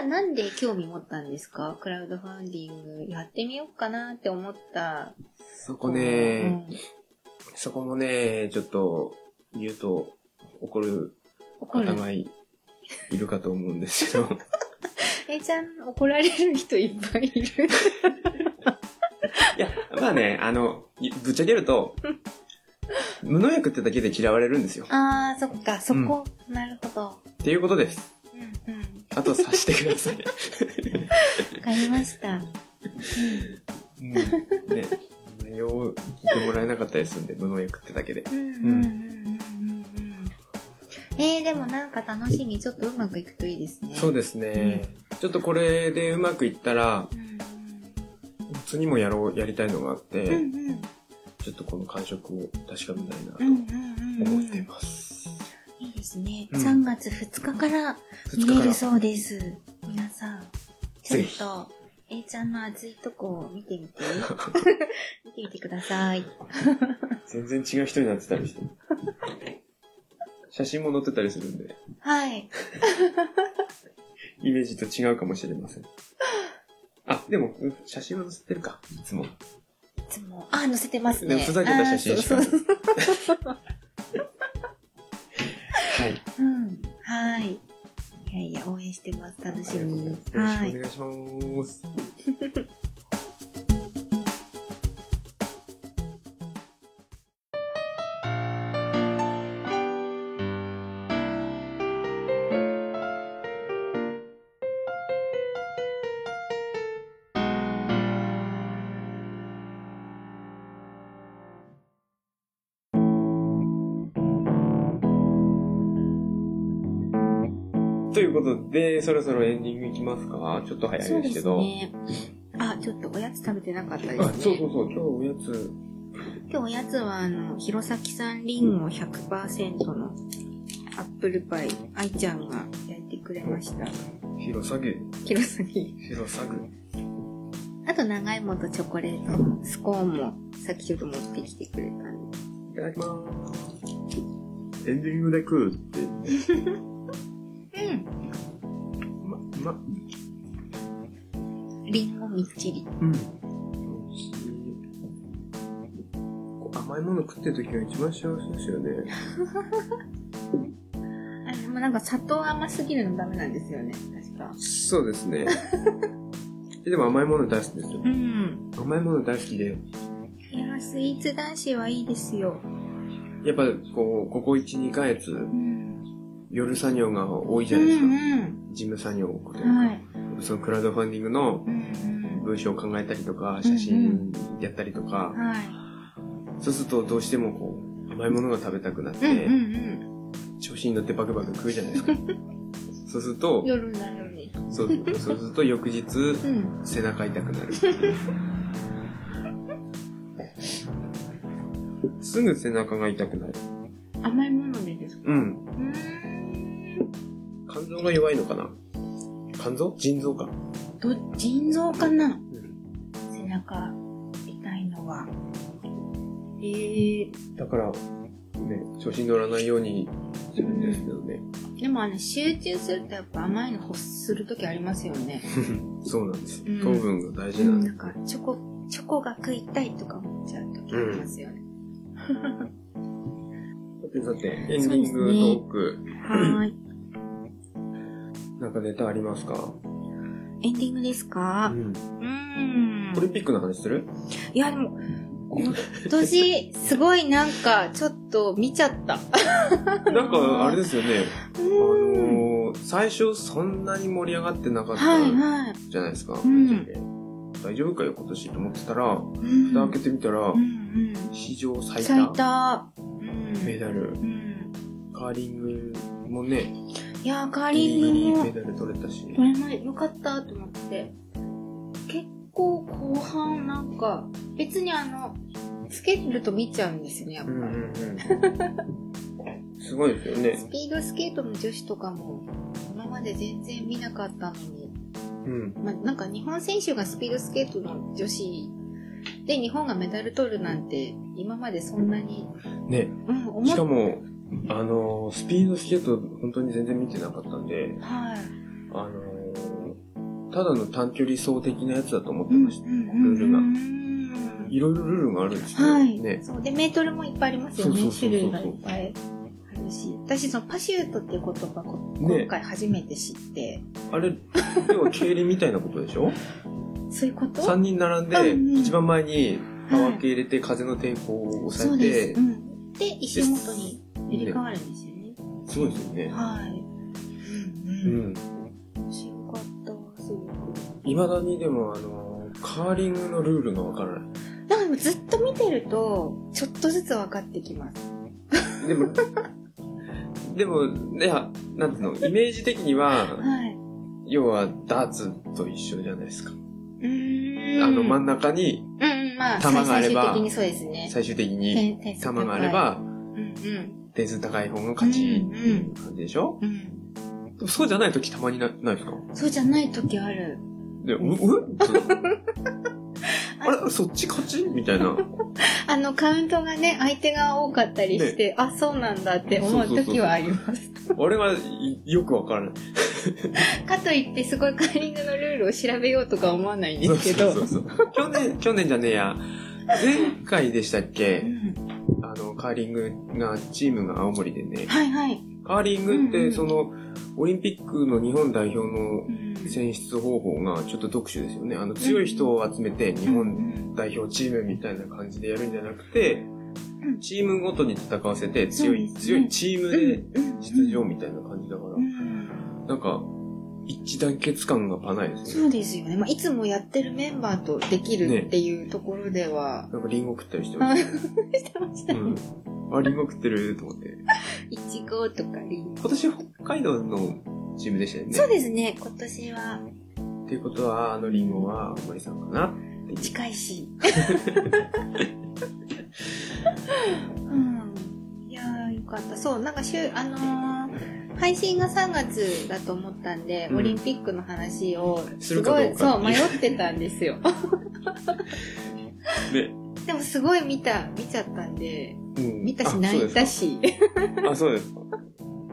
Speaker 2: えんちゃんはなんで興味持ったんですかクラウドファンディングやってみようかなって思った。
Speaker 1: そこね、そこもね、ちょっと言うと怒る
Speaker 2: うん。怒る
Speaker 1: 方。がいいるかと思うんですけど、
Speaker 2: えんちゃん怒られる人いっぱいい る。
Speaker 1: いや、まあね、あの、いぶっちゃけると、無農薬ってだけで嫌われるんですよ。
Speaker 2: ああ、そっか、そこ。なるほど。
Speaker 1: っていうことです。
Speaker 2: うんうん。
Speaker 1: あと察してください。
Speaker 2: わかりました。
Speaker 1: うんね、内容を聞いてもらえなかったりするんで、無農薬ってだけで。
Speaker 2: うんうんうんうんうんうん。えー、でもなんか楽しみ、ちょっとうまくいくといいですね。
Speaker 1: そう
Speaker 2: で
Speaker 1: ですね。ちょっとこれでうまくいったら、
Speaker 2: す。うん
Speaker 1: 次もやろう、やりたいのがあって、
Speaker 2: うんうん
Speaker 1: ちょっとこの感触を確かめたいな
Speaker 2: うんうんうんう
Speaker 1: と
Speaker 2: ん
Speaker 1: 思
Speaker 2: う
Speaker 1: ってい
Speaker 2: ん。
Speaker 1: ます。
Speaker 2: いいですね。
Speaker 1: うん
Speaker 2: 3月2日から見
Speaker 1: 2日
Speaker 2: れ
Speaker 1: から
Speaker 2: る。そうです。皆さん、ちょ
Speaker 1: ぜ
Speaker 2: っ
Speaker 1: ひ
Speaker 2: と、えいちゃんの熱いとこを見 てみて。見てみてください。
Speaker 1: 全然違う人になってたりして。写真も載ってたりするんで、
Speaker 2: はい。
Speaker 1: イメージと違うかもしれません。あ、でも、うん写真は載せてるか、いつも。
Speaker 2: いつも、あ、載せてます
Speaker 1: で
Speaker 2: ね。
Speaker 1: もふざけた写真しか
Speaker 2: あーそうそう
Speaker 1: はい。よ
Speaker 2: うん。はい。いやいや、応援してます。楽
Speaker 1: ろし
Speaker 2: し
Speaker 1: く
Speaker 2: みに。
Speaker 1: お
Speaker 2: は
Speaker 1: 願
Speaker 2: い。
Speaker 1: いします。ということで、そろそろエンディングいきますか。ちょっと早
Speaker 2: そ
Speaker 1: いうで
Speaker 2: です
Speaker 1: け
Speaker 2: す
Speaker 1: ど。
Speaker 2: ね。あ、ちょっとおやつ食べてなかったですね
Speaker 1: あ、。そうそうそう、今日おやつ、
Speaker 2: 今日おやつは、あの、弘前産リンゴ100%のアップルパイ、愛ちゃんが焼いてくれました。
Speaker 1: 広さげ、
Speaker 2: 弘前。
Speaker 1: 広さぐ。
Speaker 2: あと、長芋とチョコレートのスコーンも、さっきちょっと持ってきてくれたんで。
Speaker 1: いただき ます。エンディングで食うって言って、
Speaker 2: う
Speaker 1: うま、うま。
Speaker 2: ん。リンゴみっちり。
Speaker 1: うん。美味しい。こう甘いもの食ってる時が一番幸せですよね。
Speaker 2: あれ、でもなんか砂糖甘すぎるのダメなんですよね。確か。
Speaker 1: そうですね。 でも甘いもの大好きですよ
Speaker 2: う。ん。
Speaker 1: 甘いもの大好きで、
Speaker 2: いや、スイーツ男子はいいですよ。
Speaker 1: やっぱこう、ここ1、2ヶ月、
Speaker 2: うん。
Speaker 1: 夜作業が多いじ
Speaker 2: う
Speaker 1: ゃないですか。
Speaker 2: ん
Speaker 1: 事務作業をこと
Speaker 2: う
Speaker 1: い
Speaker 2: ん。はい。
Speaker 1: そのクラウドファンディングの
Speaker 2: うん
Speaker 1: 文章を考えたりとか、
Speaker 2: ん
Speaker 1: 写真やったりとか、
Speaker 2: うん。は
Speaker 1: そうするとどうしてもこう、甘いものが食べたくなっ
Speaker 2: い。
Speaker 1: て、
Speaker 2: うんうん
Speaker 1: 調子に乗ってバクバク食うじゃないで すか。そうする
Speaker 2: う
Speaker 1: と
Speaker 2: ん。、夜なのに。
Speaker 1: そうそうすると翌日、
Speaker 2: うん。
Speaker 1: 背中痛くな る。すぐ背中が痛くなる。
Speaker 2: 甘いものでですか
Speaker 1: うん
Speaker 2: う。ーん。
Speaker 1: 肝臓が弱いのかな肝臓腎臓か。
Speaker 2: ど、腎臓かな
Speaker 1: うん
Speaker 2: 背中痛いのは。えー、
Speaker 1: だから、ね、調子に乗らないようにするんですけどね。
Speaker 2: でもあの集中するとやっぱ甘いの欲する時ありますよね。
Speaker 1: そうなんです。
Speaker 2: うん
Speaker 1: 糖分が大事な
Speaker 2: う、
Speaker 1: んんで
Speaker 2: なんかチョコ、チョコが食いたいとか思っちゃう時ありますよね。
Speaker 1: す。さて、エンディングトーク、
Speaker 2: はーい。
Speaker 1: なんかネタありますか
Speaker 2: エンディングです
Speaker 1: う
Speaker 2: か
Speaker 1: ん。
Speaker 2: うーん
Speaker 1: オリンピックの話する
Speaker 2: いやでも、今年すごいなんかちょっと見ちゃった。
Speaker 1: なんかあれですよね。あ
Speaker 2: うん
Speaker 1: のー、最初そんなに盛り上がってなかっ
Speaker 2: はい
Speaker 1: た
Speaker 2: はい。
Speaker 1: じゃないですか。
Speaker 2: ん
Speaker 1: ぶっちゃけ大丈夫かよ今年と思ってたら、
Speaker 2: うん
Speaker 1: 蓋開けてみたら
Speaker 2: うんう、ん。
Speaker 1: 史上最
Speaker 2: 最
Speaker 1: 多
Speaker 2: 多。うん
Speaker 1: メダル。
Speaker 2: うん。
Speaker 1: カーリングもね、
Speaker 2: いやー、カー
Speaker 1: ギ
Speaker 2: リ
Speaker 1: リギリ
Speaker 2: ングも
Speaker 1: メ、ダル取れたし。
Speaker 2: これも良かったと思って。結構後半なんか、別にあの、つけると見ちゃうんですよね、や
Speaker 1: う
Speaker 2: っぱ。
Speaker 1: んうんうん。すごいですよね
Speaker 2: ス。ピードスケートの女子とかも、今まで全然見なかったのに、
Speaker 1: うん。
Speaker 2: まあ、なんか日本選手がスピードスケートの女子で日本がメダル取るなんて、今までそんなに、
Speaker 1: ね、
Speaker 2: うん、思っ
Speaker 1: しかも、あのー、スピードスケート本当に全然見てなかったんで、
Speaker 2: はい。
Speaker 1: あのー、ただの短距離走的なやつだと思って
Speaker 2: うん
Speaker 1: ました。ルールが
Speaker 2: うん
Speaker 1: いろいろルールがあるんですよ、
Speaker 2: はい、
Speaker 1: ね。
Speaker 2: そうでメートルもいっぱいありますよね
Speaker 1: そうそうそうそう
Speaker 2: 種類がいっぱいあるし私そのパシュートっていう言葉こ
Speaker 1: ね
Speaker 2: 今回初めて知って、
Speaker 1: あれ、要は競輪みたいなことでしょ
Speaker 2: そういうこと
Speaker 1: ?3 人並んで
Speaker 2: うんう、ん
Speaker 1: 一番前にパワー系入れて、風の抵抗を
Speaker 2: そ
Speaker 1: 抑
Speaker 2: う
Speaker 1: え
Speaker 2: で
Speaker 1: て
Speaker 2: す、、うん、で石元に入れ替わるんですよね
Speaker 1: すごいですよね。
Speaker 2: はい、
Speaker 1: う
Speaker 2: うんうん
Speaker 1: ん。
Speaker 2: 面白かったすごく
Speaker 1: いまだにでも、あのー、カーリングのルールがわからない。
Speaker 2: なんかでもずっと見てるとちょっとずつ分かってきます
Speaker 1: でも、 でも、いや、なんていうの、イメージ的には、
Speaker 2: はい
Speaker 1: 要はダーツと一緒じゃないですか。
Speaker 2: うーん
Speaker 1: あの真ん中に
Speaker 2: うんうんまあ
Speaker 1: 球があれば
Speaker 2: 最終的にそうですね
Speaker 1: 最終的に
Speaker 2: 点点数
Speaker 1: 球
Speaker 2: 高い
Speaker 1: があれば
Speaker 2: うんうん
Speaker 1: 点数高い方の勝ちっていう感じでしょ、
Speaker 2: うん
Speaker 1: でもそうじゃない時たまになないですか
Speaker 2: そうじゃない時ある。
Speaker 1: で、う、 うあれそっち勝ちみたいな。
Speaker 2: あの、カウントがね、相手が多かったりして、あ、そうなんだって思う時はあります。
Speaker 1: 俺はよくわからない。
Speaker 2: かといって、すごいカーリングのルールを調べようとか思わないんですけど。
Speaker 1: そうそうそう去年、去年じゃねえや。前回でしたっ
Speaker 2: う
Speaker 1: け
Speaker 2: ん
Speaker 1: あの、カーリングが、チームが青森でね。
Speaker 2: はいはい。
Speaker 1: カーリングっ
Speaker 2: うんう
Speaker 1: て、
Speaker 2: ん
Speaker 1: その、オリンピックの日本代表の
Speaker 2: うん
Speaker 1: 選出方法がちょっと特殊ですよね。あの強い人を集めて日本代表チームみたいな感じでやるんじゃなくて
Speaker 2: うん、
Speaker 1: チームごとに戦わせて強い、
Speaker 2: そうです
Speaker 1: 強
Speaker 2: ね
Speaker 1: いチームで出場
Speaker 2: うん
Speaker 1: みたいな感じだか
Speaker 2: う
Speaker 1: ら、
Speaker 2: ん
Speaker 1: なんか一致団結感がパないです
Speaker 2: そ
Speaker 1: ね。
Speaker 2: うですよね。まあ、いつもやってるメンバーとできるっていうところでは、
Speaker 1: なんかリンゴ食ったりして
Speaker 2: あ
Speaker 1: まし
Speaker 2: してました
Speaker 1: た。う
Speaker 2: ね。
Speaker 1: ん。あ、リンゴ食ってると思って。
Speaker 2: いちごとかリンゴ
Speaker 1: 今年北海道のチームでしたよね。
Speaker 2: そうですね、今年は
Speaker 1: っていうことは、あのリンゴは森さんかなっていう。
Speaker 2: 近 いし。うん、いやーよかったそうなんか週あのー配信が3月だと思ったんで、
Speaker 1: うん
Speaker 2: オリンピックの話を
Speaker 1: す
Speaker 2: す
Speaker 1: るか
Speaker 2: ご
Speaker 1: どう
Speaker 2: い
Speaker 1: か
Speaker 2: そ
Speaker 1: っ
Speaker 2: う
Speaker 1: てい
Speaker 2: 迷
Speaker 1: う
Speaker 2: ってたんですよ
Speaker 1: ね。
Speaker 2: でもすごい見た見ちゃったんで
Speaker 1: うん
Speaker 2: 見た
Speaker 1: あ
Speaker 2: し
Speaker 1: そうです
Speaker 2: 泣
Speaker 1: か
Speaker 2: いたし
Speaker 1: あ、そうですか。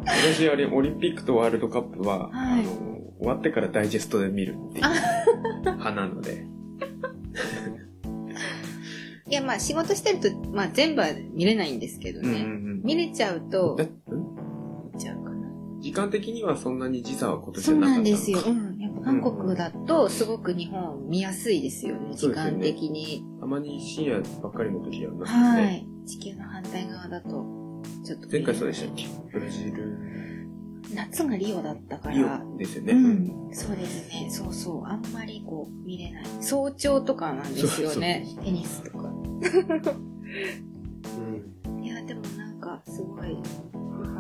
Speaker 1: 私、あれ、オリンピックとワールドカップは、
Speaker 2: はい
Speaker 1: あの、終わってからダイジェストで見るっていう
Speaker 2: あ
Speaker 1: 派なの で。
Speaker 2: いやまあ仕事してると、まあ、全部は見れないんですけど
Speaker 1: うんう
Speaker 2: ね、
Speaker 1: ん
Speaker 2: 見れちゃう
Speaker 1: うん
Speaker 2: と
Speaker 1: だうん
Speaker 2: 見ちゃうかな
Speaker 1: 時間的にはそんなに時差は今年
Speaker 2: そ
Speaker 1: は
Speaker 2: う
Speaker 1: なかった
Speaker 2: なん
Speaker 1: のか
Speaker 2: ですよ、うん、やっぱ韓国だとすごく日本見やすいですよね
Speaker 1: そうで
Speaker 2: 時
Speaker 1: すよね
Speaker 2: 間的に。
Speaker 1: たまに深夜ばっかりの時はなく
Speaker 2: は
Speaker 1: て、ね。
Speaker 2: い。地球の反対側だと、ちょっと。
Speaker 1: 前回そうでしたっけブラジル、
Speaker 2: 夏がリオだったから。
Speaker 1: リオですよね。
Speaker 2: うん。そうですね。そうそう。あんまりこう、見れない。早朝とかなんですよね。テニスとか。
Speaker 1: うん
Speaker 2: いや、でもなんか、すごい、よか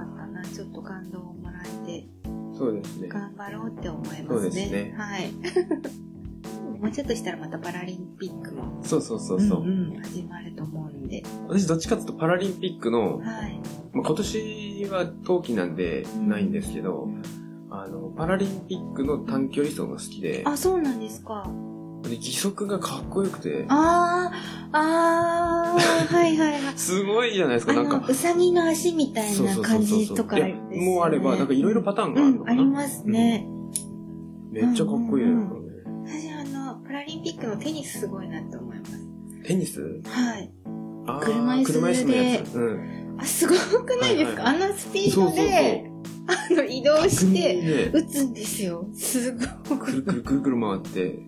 Speaker 2: ったな。ちょっと感動をもらえて、
Speaker 1: そうですね。
Speaker 2: 頑張ろうって思いますね。
Speaker 1: そうですね
Speaker 2: はい。 もうちょっとしたらまたパラリンピックも、
Speaker 1: そうそうそうそう、
Speaker 2: んうん始まると思うんで。
Speaker 1: 私どっちかっていうとパラリンピックの、
Speaker 2: はい。
Speaker 1: まあ、今年は冬季なんでないんですけど、あの、パラリンピックの短距離走が好きで、
Speaker 2: あ、そうなんですか。
Speaker 1: で、義足がかっこよくて、
Speaker 2: あー、あー、はいはいはい。
Speaker 1: すごいじゃないですか、
Speaker 2: あ
Speaker 1: なん
Speaker 2: の、
Speaker 1: か。
Speaker 2: うさぎの足みたい
Speaker 1: そう
Speaker 2: な
Speaker 1: そうそ
Speaker 2: 感
Speaker 1: うそう
Speaker 2: じとか
Speaker 1: い
Speaker 2: で
Speaker 1: や
Speaker 2: すよね
Speaker 1: もうあれば、なんかいろいろパターンがあるの
Speaker 2: うん、
Speaker 1: か
Speaker 2: あ
Speaker 1: な。
Speaker 2: りますね。
Speaker 1: めっちゃかっこいいな、
Speaker 2: うんう
Speaker 1: これね
Speaker 2: 私、あの、パラリンピックのテニスすごいなって思います。
Speaker 1: テニス
Speaker 2: はい。
Speaker 1: あー
Speaker 2: 車椅子で
Speaker 1: 車椅子のやつ。うん。
Speaker 2: あ、すごくないですか、
Speaker 1: は
Speaker 2: あのスピードで、あの、移動
Speaker 1: 巧
Speaker 2: し
Speaker 1: みに
Speaker 2: て、
Speaker 1: ね
Speaker 2: 打つんですよ。すご
Speaker 1: くる
Speaker 2: く。
Speaker 1: くるくるくる回って、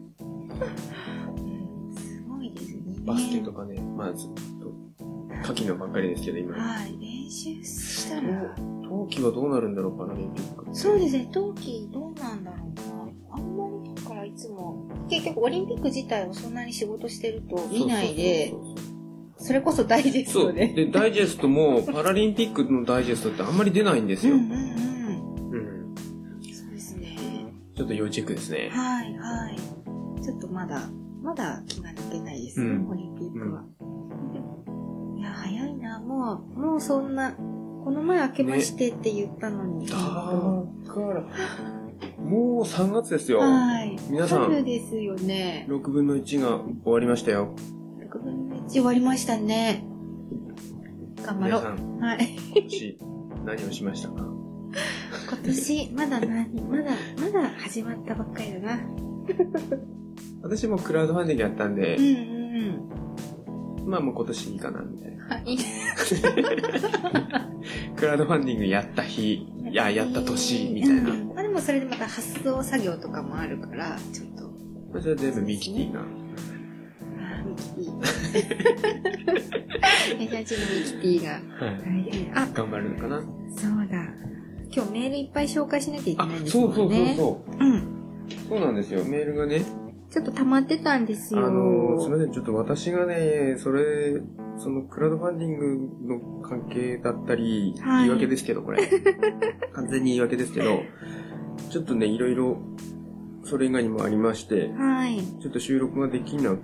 Speaker 2: すごいですね。
Speaker 1: バスケとかね、まあずっと、夏季のばっかりですけど、今。
Speaker 2: はい、練習したら。
Speaker 1: 冬季はどうなるんだろう、パラリンピック。
Speaker 2: そうですね、冬季どうなんだろうな。あんまりだからいつも、結局オリンピック自体をそんなに仕事してると見ないで
Speaker 1: そ、うそうそうそう
Speaker 2: それこそダイジェス
Speaker 1: そう。
Speaker 2: トで。
Speaker 1: で、ダイジェストも、パラリンピックのダイジェストってあんまり出ないんです
Speaker 2: うん
Speaker 1: よ
Speaker 2: う。んうん。
Speaker 1: うん。
Speaker 2: そうですね。
Speaker 1: ちょっと要チェックですね。
Speaker 2: はいはい。ちょっとまだ、まだ気が抜けないですね、
Speaker 1: うん
Speaker 2: オリンピックは。いや、早いな、もう、もうそんな、この前開けましてって言ったのに。
Speaker 1: だから、もう3月ですよ。
Speaker 2: はい。
Speaker 1: 皆さん
Speaker 2: 春ですよね。
Speaker 1: 6分の1が終わりましたよ。
Speaker 2: 6分の1終わりましたね。頑張
Speaker 1: 皆
Speaker 2: ろう
Speaker 1: さ。ん、
Speaker 2: はい。
Speaker 1: 今年何をしましたか
Speaker 2: 今年、まだ何、まだ、まだ始まったばっかりだな。
Speaker 1: 私もクラウドファンディングやったんで
Speaker 2: うん、うん
Speaker 1: まあもう今年いいかな、みたいな。
Speaker 2: うん。はい。
Speaker 1: クラウドファンディングやった日、いや、やった年、みたいな
Speaker 2: う。んまあでもそれでまた発送作業とかもあるから、ちょっと。
Speaker 1: まあそれは全部ミキティな。
Speaker 2: あーミキティ。じゃあちょっとミキティが。
Speaker 1: はい。
Speaker 2: あ、
Speaker 1: 頑張るのかな。
Speaker 2: そうだ。今日メールいっぱい紹介しなきゃいけ
Speaker 1: あ
Speaker 2: ないん、です
Speaker 1: そ
Speaker 2: も
Speaker 1: うそ
Speaker 2: ん
Speaker 1: うそう
Speaker 2: ね。
Speaker 1: そう
Speaker 2: うん。
Speaker 1: う。そうなんですよ。メールがね、
Speaker 2: ちょっと溜まってたんです
Speaker 1: あ
Speaker 2: よ。
Speaker 1: のーすみません、ちょっと私がね、それ、そのクラウドファンディングの関係だったり、
Speaker 2: は
Speaker 1: 言
Speaker 2: い
Speaker 1: い訳ですけど、こ れ。完全に言い訳ですけど、ちょっとね、いろいろ、それ以外にもありまして、
Speaker 2: はい。
Speaker 1: ちょっと収録ができなく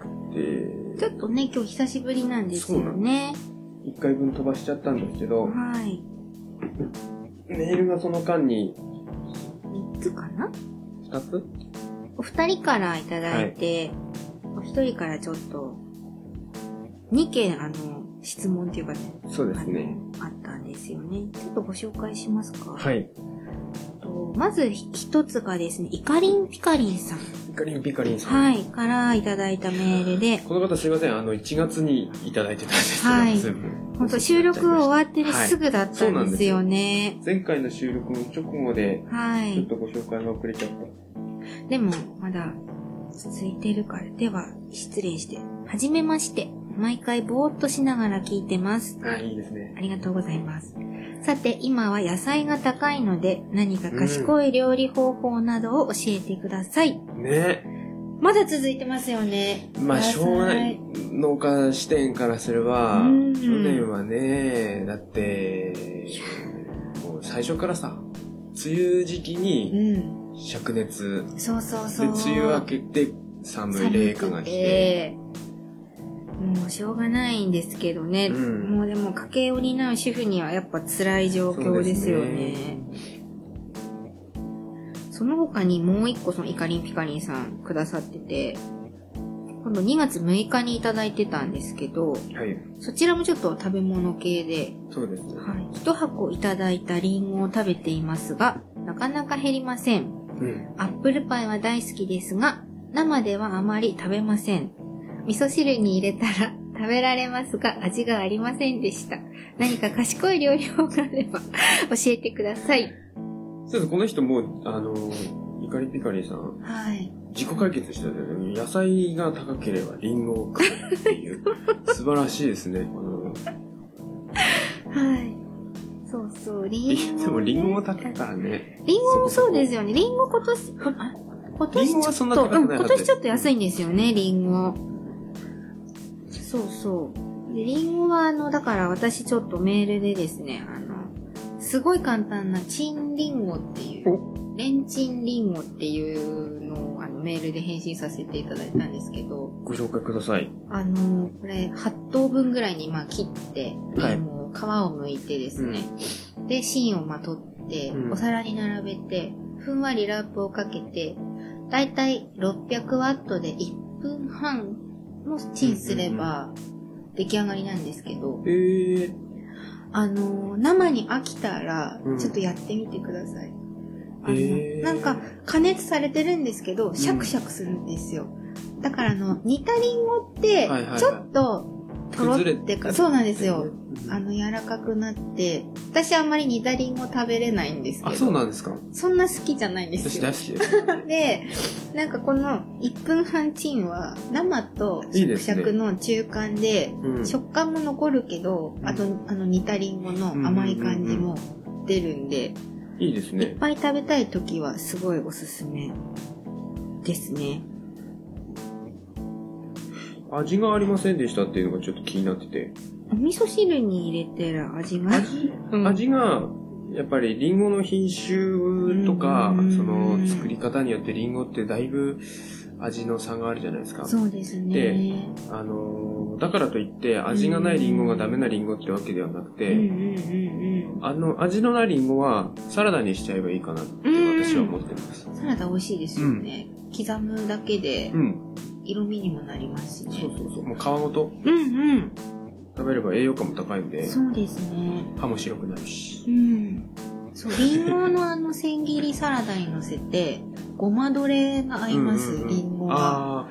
Speaker 2: ちょ
Speaker 1: て、
Speaker 2: っとね、今日久しぶりなんですよね。
Speaker 1: 一回分飛ばしちゃったんですけど、
Speaker 2: はい。
Speaker 1: メールがその間に
Speaker 2: 3つかな
Speaker 1: 2つ
Speaker 2: お二人からいただいて、お一人からちょっと、2件、あの、質問っていうかね、
Speaker 1: そうですね。
Speaker 2: あのあったんですよね。ちょっとご紹介しますか。
Speaker 1: はい。
Speaker 2: とまず一つがですね、イカリンピカリンさん。
Speaker 1: ピカリンピカリンさん。
Speaker 2: はい。からいただいたメールで、
Speaker 1: この方すいません、あの、1月にいただいてたんですけど、
Speaker 2: はい
Speaker 1: 全部。
Speaker 2: 本当収録終わってね、
Speaker 1: はい
Speaker 2: すぐだったんですよね。
Speaker 1: 前回の収録の直後で、
Speaker 2: は
Speaker 1: ちょっ
Speaker 2: い。
Speaker 1: とご紹介が遅れちゃっ
Speaker 2: でも、まだ続いてるから。では、失礼して。はじめまして。毎回ぼーっとしながら聞いてます。
Speaker 1: た。あ、いいですね。
Speaker 2: ありがとうございます。さて、今は野菜が高いので、何か賢い料理方法などを教えてください。
Speaker 1: ね。
Speaker 2: まだ続いてますよね。
Speaker 1: まあ、
Speaker 2: 野菜
Speaker 1: しょうがない。農家視点からすれば、
Speaker 2: うん
Speaker 1: 去年はね、だって、もう最初からさ、梅雨時期に
Speaker 2: うん。
Speaker 1: 灼熱、
Speaker 2: そうそうそ
Speaker 1: で、
Speaker 2: う。
Speaker 1: 梅雨明けて寒い冷夏が来て、
Speaker 2: もうしょうがないんですけどね、
Speaker 1: うん
Speaker 2: もうでも家計を担う主婦にはやっぱ辛い状況ですよね
Speaker 1: そう
Speaker 2: その他にもう一個そのイカリンピカリンさんくださってて今度2月6日にいただいてたんですけど
Speaker 1: はい、
Speaker 2: そちらもちょっと食べ物系で、
Speaker 1: そうですね。
Speaker 2: はい、1箱いただいたリンゴを食べていますがなかなか減りません
Speaker 1: うん。
Speaker 2: アップルパイは大好きですが、生ではあまり食べません。味噌汁に入れたら 食べられますが味がありませんでした。何か賢い料理法があれば 教えてください。
Speaker 1: そうです、この人もう、あの、イカリピカリさん、
Speaker 2: はい。
Speaker 1: 自己解決したんだよね。野菜が高ければリンゴを買うって いう、素晴らしいですね。この
Speaker 2: はい。そうそう、リ
Speaker 1: リ
Speaker 2: ンゴ。
Speaker 1: でもリンゴも高いからね。
Speaker 2: リンゴもそうですよね。リンゴ今年、こあ今
Speaker 1: リン
Speaker 2: 年
Speaker 1: ゴは
Speaker 2: ち
Speaker 1: そ
Speaker 2: ょ
Speaker 1: ん
Speaker 2: っ
Speaker 1: な
Speaker 2: と、
Speaker 1: 高くな
Speaker 2: う
Speaker 1: い
Speaker 2: ん、
Speaker 1: はず
Speaker 2: 今年ちょっと安いんですよね、リンゴ。そうそう。でリンゴは、あの、だから私ちょっとメールでですね、あの、すごい簡単なチンリンゴっていう、レンチンリンゴっていうのを、あの、メールで返信させていただいたんですけど、
Speaker 1: ご紹介ください。
Speaker 2: あの、これ、8等分ぐらいに、まあ、切って、
Speaker 1: はい
Speaker 2: もう皮を剥いてですね、で、芯をまとって、
Speaker 1: うん
Speaker 2: お皿に並べて、ふんわりラップをかけて、だいたい600ワットで1分半もチンすれば出来上がりなんですけど、
Speaker 1: えー、
Speaker 2: あの、生に飽きたら
Speaker 1: うん、
Speaker 2: ちょっとやってみてください。あの、
Speaker 1: えー
Speaker 2: なんか、加熱されてるんですけど、シャクシャクするんですよ。だから、あの、煮たりんごって
Speaker 1: はいはいはい、
Speaker 2: ちょっと、とろっ
Speaker 1: 崩れて
Speaker 2: て
Speaker 1: くる
Speaker 2: か、そうなんですよ。
Speaker 1: うん
Speaker 2: あの、柔らかくなって、私あんまり煮たりんご食べれないんですけ
Speaker 1: あ、
Speaker 2: ど、
Speaker 1: そうなんですか
Speaker 2: そんな好きじゃないんで
Speaker 1: 私
Speaker 2: す
Speaker 1: 大
Speaker 2: よ。
Speaker 1: 好き です。
Speaker 2: で、なんかこの1分半チンは、生と
Speaker 1: いい
Speaker 2: シャ
Speaker 1: で
Speaker 2: ク
Speaker 1: す
Speaker 2: シ
Speaker 1: ね
Speaker 2: ャクの中間で、
Speaker 1: うん
Speaker 2: 食感も残るけど、
Speaker 1: うん
Speaker 2: あとあの煮たりんごの甘い感じも出るんで、
Speaker 1: いいです
Speaker 2: い
Speaker 1: ね
Speaker 2: っ。ぱい食べたい時はすごいおすすめですね。
Speaker 1: 味がありませんでしたっていうのがちょっと気になってて。
Speaker 2: お味噌汁に入れてる味が、
Speaker 1: 味
Speaker 2: うん
Speaker 1: 味が、やっぱりリンゴの品種とか
Speaker 2: う、ん
Speaker 1: その作り方によってリンゴってだいぶ味の差があるじゃないですか。
Speaker 2: そうですね。
Speaker 1: あのーだからといって味がないリンゴがダメなリンゴってわけではなく
Speaker 2: う
Speaker 1: て、
Speaker 2: んうんうん
Speaker 1: あの味のないリンゴはサラダにしちゃえばいいかなって私は思ってます。
Speaker 2: うん。サラダ美味しいですよね。刻むだけで
Speaker 1: うん、
Speaker 2: 色味にもなりますしね。
Speaker 1: そうそうそう。もう皮ごと
Speaker 2: うんうん。
Speaker 1: 食べれば栄養価も高いんで、
Speaker 2: そうですね。
Speaker 1: 歯も白くなるし
Speaker 2: う。ん。そう、りんごのあの千切りサラダに乗せて、ごまドレが合います、
Speaker 1: うんうんうん
Speaker 2: りんごが。
Speaker 1: ああ、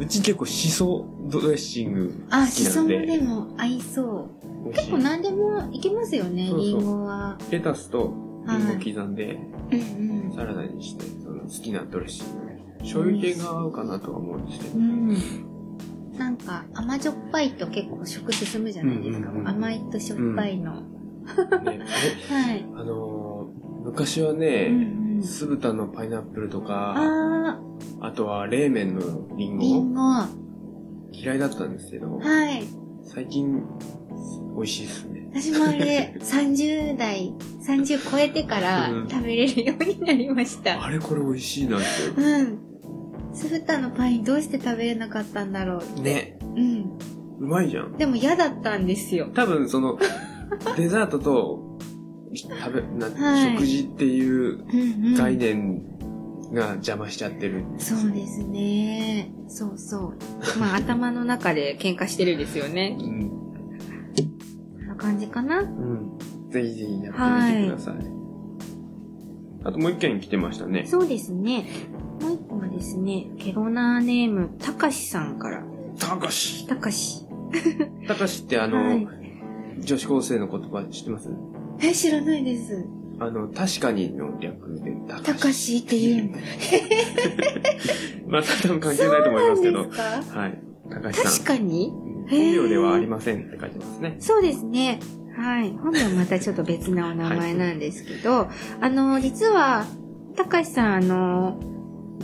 Speaker 1: うち結構シソドレッシング
Speaker 2: あ、
Speaker 1: 好
Speaker 2: し
Speaker 1: きな
Speaker 2: そ
Speaker 1: ん
Speaker 2: も
Speaker 1: で。
Speaker 2: でも合いそう。
Speaker 1: 美味し
Speaker 2: 結
Speaker 1: い
Speaker 2: 構何でもいけますよね、
Speaker 1: そうそう
Speaker 2: りんごは。
Speaker 1: レタスとリンゴ刻んで
Speaker 2: うんうん。
Speaker 1: サラダにして、その好きなドレッシング。醤油系が合うかなとは思うんですけど。
Speaker 2: うん。なんか甘じょっぱいと結構食進むじゃないですか。
Speaker 1: うんうんうん
Speaker 2: 甘いとしょっぱいの。
Speaker 1: ね
Speaker 2: はい。
Speaker 1: あのー昔はね、
Speaker 2: うんうん。
Speaker 1: 酢豚のパイナップルとか、
Speaker 2: あ
Speaker 1: あとは冷麺のリン
Speaker 2: ー、り
Speaker 1: ゴ
Speaker 2: んご。は
Speaker 1: 嫌いだったんですけど、
Speaker 2: い。
Speaker 1: 最近美味しいですね。
Speaker 2: 私も あれ、30代、30超えてから
Speaker 1: うん
Speaker 2: 食べれるようになりました。
Speaker 1: あれこれ美味しいなっ
Speaker 2: うん。酢豚のパインどうして食べれなかったんだろう。
Speaker 1: て。ね、
Speaker 2: うん。
Speaker 1: うまいじゃん。
Speaker 2: でも嫌だったんですよ。
Speaker 1: 多分 その、デザートと食べな、
Speaker 2: はい
Speaker 1: 食事っていう
Speaker 2: うんうん。
Speaker 1: 概念が邪魔しちゃってる。
Speaker 2: そうですね。そうそう。まあ頭の中で喧嘩してるんですよね。
Speaker 1: うん。
Speaker 2: こんな感じかな。
Speaker 1: うん。ぜひぜひやってみてください。あともう一件来てましたね。
Speaker 2: そうですね。もう一個はですね、ケロナーネーム、たかしさんから。
Speaker 1: たかした
Speaker 2: かし。
Speaker 1: たかしってあの、
Speaker 2: はい
Speaker 1: 女子高生の言葉知ってます
Speaker 2: え、知らないです。
Speaker 1: あの、確かにの略で、た
Speaker 2: たかしって言うんだ。
Speaker 1: まあ、多分関係ないと思いますけど。
Speaker 2: そうなんで
Speaker 1: はい。高橋
Speaker 2: すか
Speaker 1: さ
Speaker 2: 確
Speaker 1: ん。
Speaker 2: かにへー
Speaker 1: 本名ではありませんって書いてますね。
Speaker 2: そうですね。はい。本名はまたちょっと別なお名前なんですけど、あの、実は、たかしさん、あの、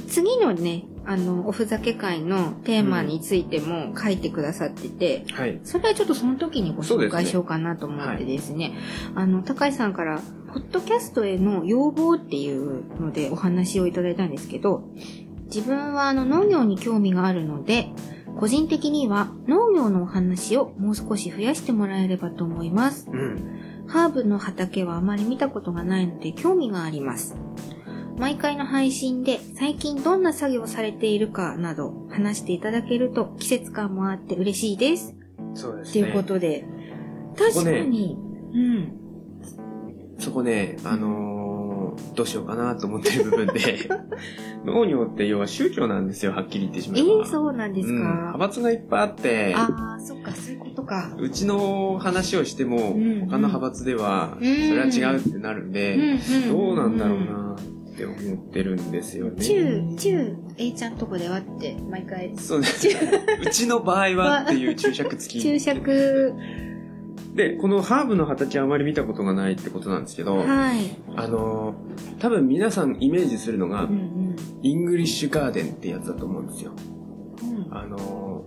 Speaker 2: 次のね、あの、おふざけ会のテーマについても書いてくださってて、
Speaker 1: はい。
Speaker 2: それはちょっとその時にご
Speaker 1: そうで
Speaker 2: 紹
Speaker 1: すね
Speaker 2: 介しようかなと思ってですね、あの、高橋さんから、ポッドキャストへの要望っていうのでお話をいただいたんですけど、自分はあの農業に興味があるので、個人的には農業のお話をもう少し増やしてもらえればと思います。
Speaker 1: うん。
Speaker 2: ハーブの畑はあまり見たことがないので興味があります。毎回の配信で最近どんな作業をされているかなど話していただけると季節感もあって嬉しいです。
Speaker 1: そうです
Speaker 2: っ
Speaker 1: ね。
Speaker 2: ていうことで。
Speaker 1: こ
Speaker 2: 確
Speaker 1: ね
Speaker 2: かに。うん。
Speaker 1: そこね、あのーどうしようかなと思ってる部分 で、農業って要は宗教なんですよ、はっきり言ってしま
Speaker 2: え
Speaker 1: えば。
Speaker 2: ー、そうなんです
Speaker 1: うん派
Speaker 2: か。
Speaker 1: 閥がいっぱいあって、
Speaker 2: ああ、そっか、そういうことか。
Speaker 1: うちの話をしても、
Speaker 2: うんうん
Speaker 1: 他の派閥では、それは違うってなるんで、
Speaker 2: ん
Speaker 1: どうなんだろうなって思ってるんですよね。
Speaker 2: 中、中、A ちゃんとこではって、毎回。
Speaker 1: そう です。うちの場合はっていう注釈 付き。
Speaker 2: 注釈。
Speaker 1: で、このハーブの形はあまり見たことがないってことなんですけど、
Speaker 2: はい。
Speaker 1: あのー、多分皆さんイメージするのが
Speaker 2: う、ん
Speaker 1: イングリッシュガーデンってやつだと思うんですよ。
Speaker 2: うん。うん
Speaker 1: あの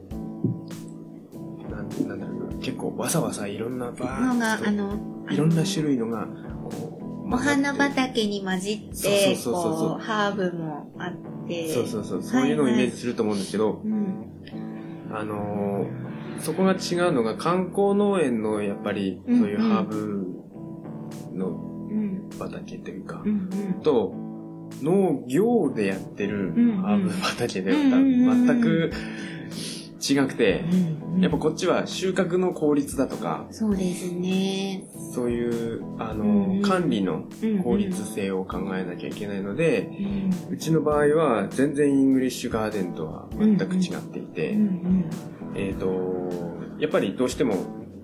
Speaker 1: ー、なんなんだろうな、結構わさわさいろんなバ
Speaker 2: のが、
Speaker 1: ー
Speaker 2: あ
Speaker 1: ッ
Speaker 2: の、
Speaker 1: といろんな種類のが、こう、
Speaker 2: お花
Speaker 1: 混ざって
Speaker 2: 畑に混じって、
Speaker 1: そうそうそうそう
Speaker 2: こう、ハーブもあって。
Speaker 1: そうそうそう、そういうのをイメージすると思うんですけど、
Speaker 2: うん。
Speaker 1: あのーそこが違うのが観光農園のやっぱりそう
Speaker 2: うん
Speaker 1: いうハーブの
Speaker 2: うん。
Speaker 1: 畑というか、
Speaker 2: うん。うん。
Speaker 1: と農業でやってる
Speaker 2: うん
Speaker 1: ハーブ畑では
Speaker 2: うんうん
Speaker 1: 全く違くて、
Speaker 2: うん
Speaker 1: やっぱこっちは収穫の効率だとか、
Speaker 2: そうですね。
Speaker 1: そういう、あ
Speaker 2: うんうん
Speaker 1: の、管理の
Speaker 2: うん
Speaker 1: 効率性を考えなきゃいけないので、
Speaker 2: うん
Speaker 1: うちの場合は全然イングリッシュガーデンとは全く違っていて、
Speaker 2: うん
Speaker 1: えっ、と、やっぱりどうしても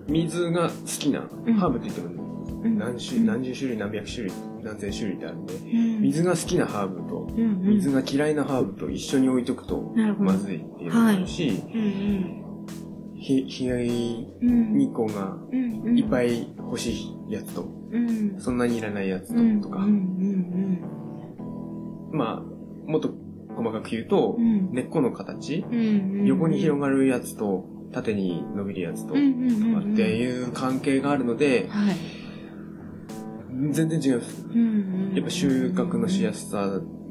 Speaker 1: 水が好きな、
Speaker 2: うん
Speaker 1: ハーブって言っても
Speaker 2: うん
Speaker 1: 何種何十種類何百種類何千種類ってあるんで
Speaker 2: うん
Speaker 1: 水が好きなハーブと
Speaker 2: うんうん
Speaker 1: 水が嫌いなハーブと一緒に置いとくと
Speaker 2: なるほど
Speaker 1: まずいっていうのもあるし、
Speaker 2: うん
Speaker 1: ひ日帰
Speaker 2: うんうん
Speaker 1: り日光が
Speaker 2: うんうん
Speaker 1: いっぱい欲しいやつと
Speaker 2: うん
Speaker 1: そんなにいらないやつ
Speaker 2: うん
Speaker 1: ととか、
Speaker 2: うんうん
Speaker 1: まあもっと細かく言うと
Speaker 2: うんうん
Speaker 1: 根っこの形
Speaker 2: うんうん
Speaker 1: 横に広がるやつと縦に伸びるやつとと
Speaker 2: うんうんうん
Speaker 1: かっていう関係があるので
Speaker 2: はい
Speaker 1: 全然違うんです
Speaker 2: うんうん
Speaker 1: やっぱ収穫のしやすさ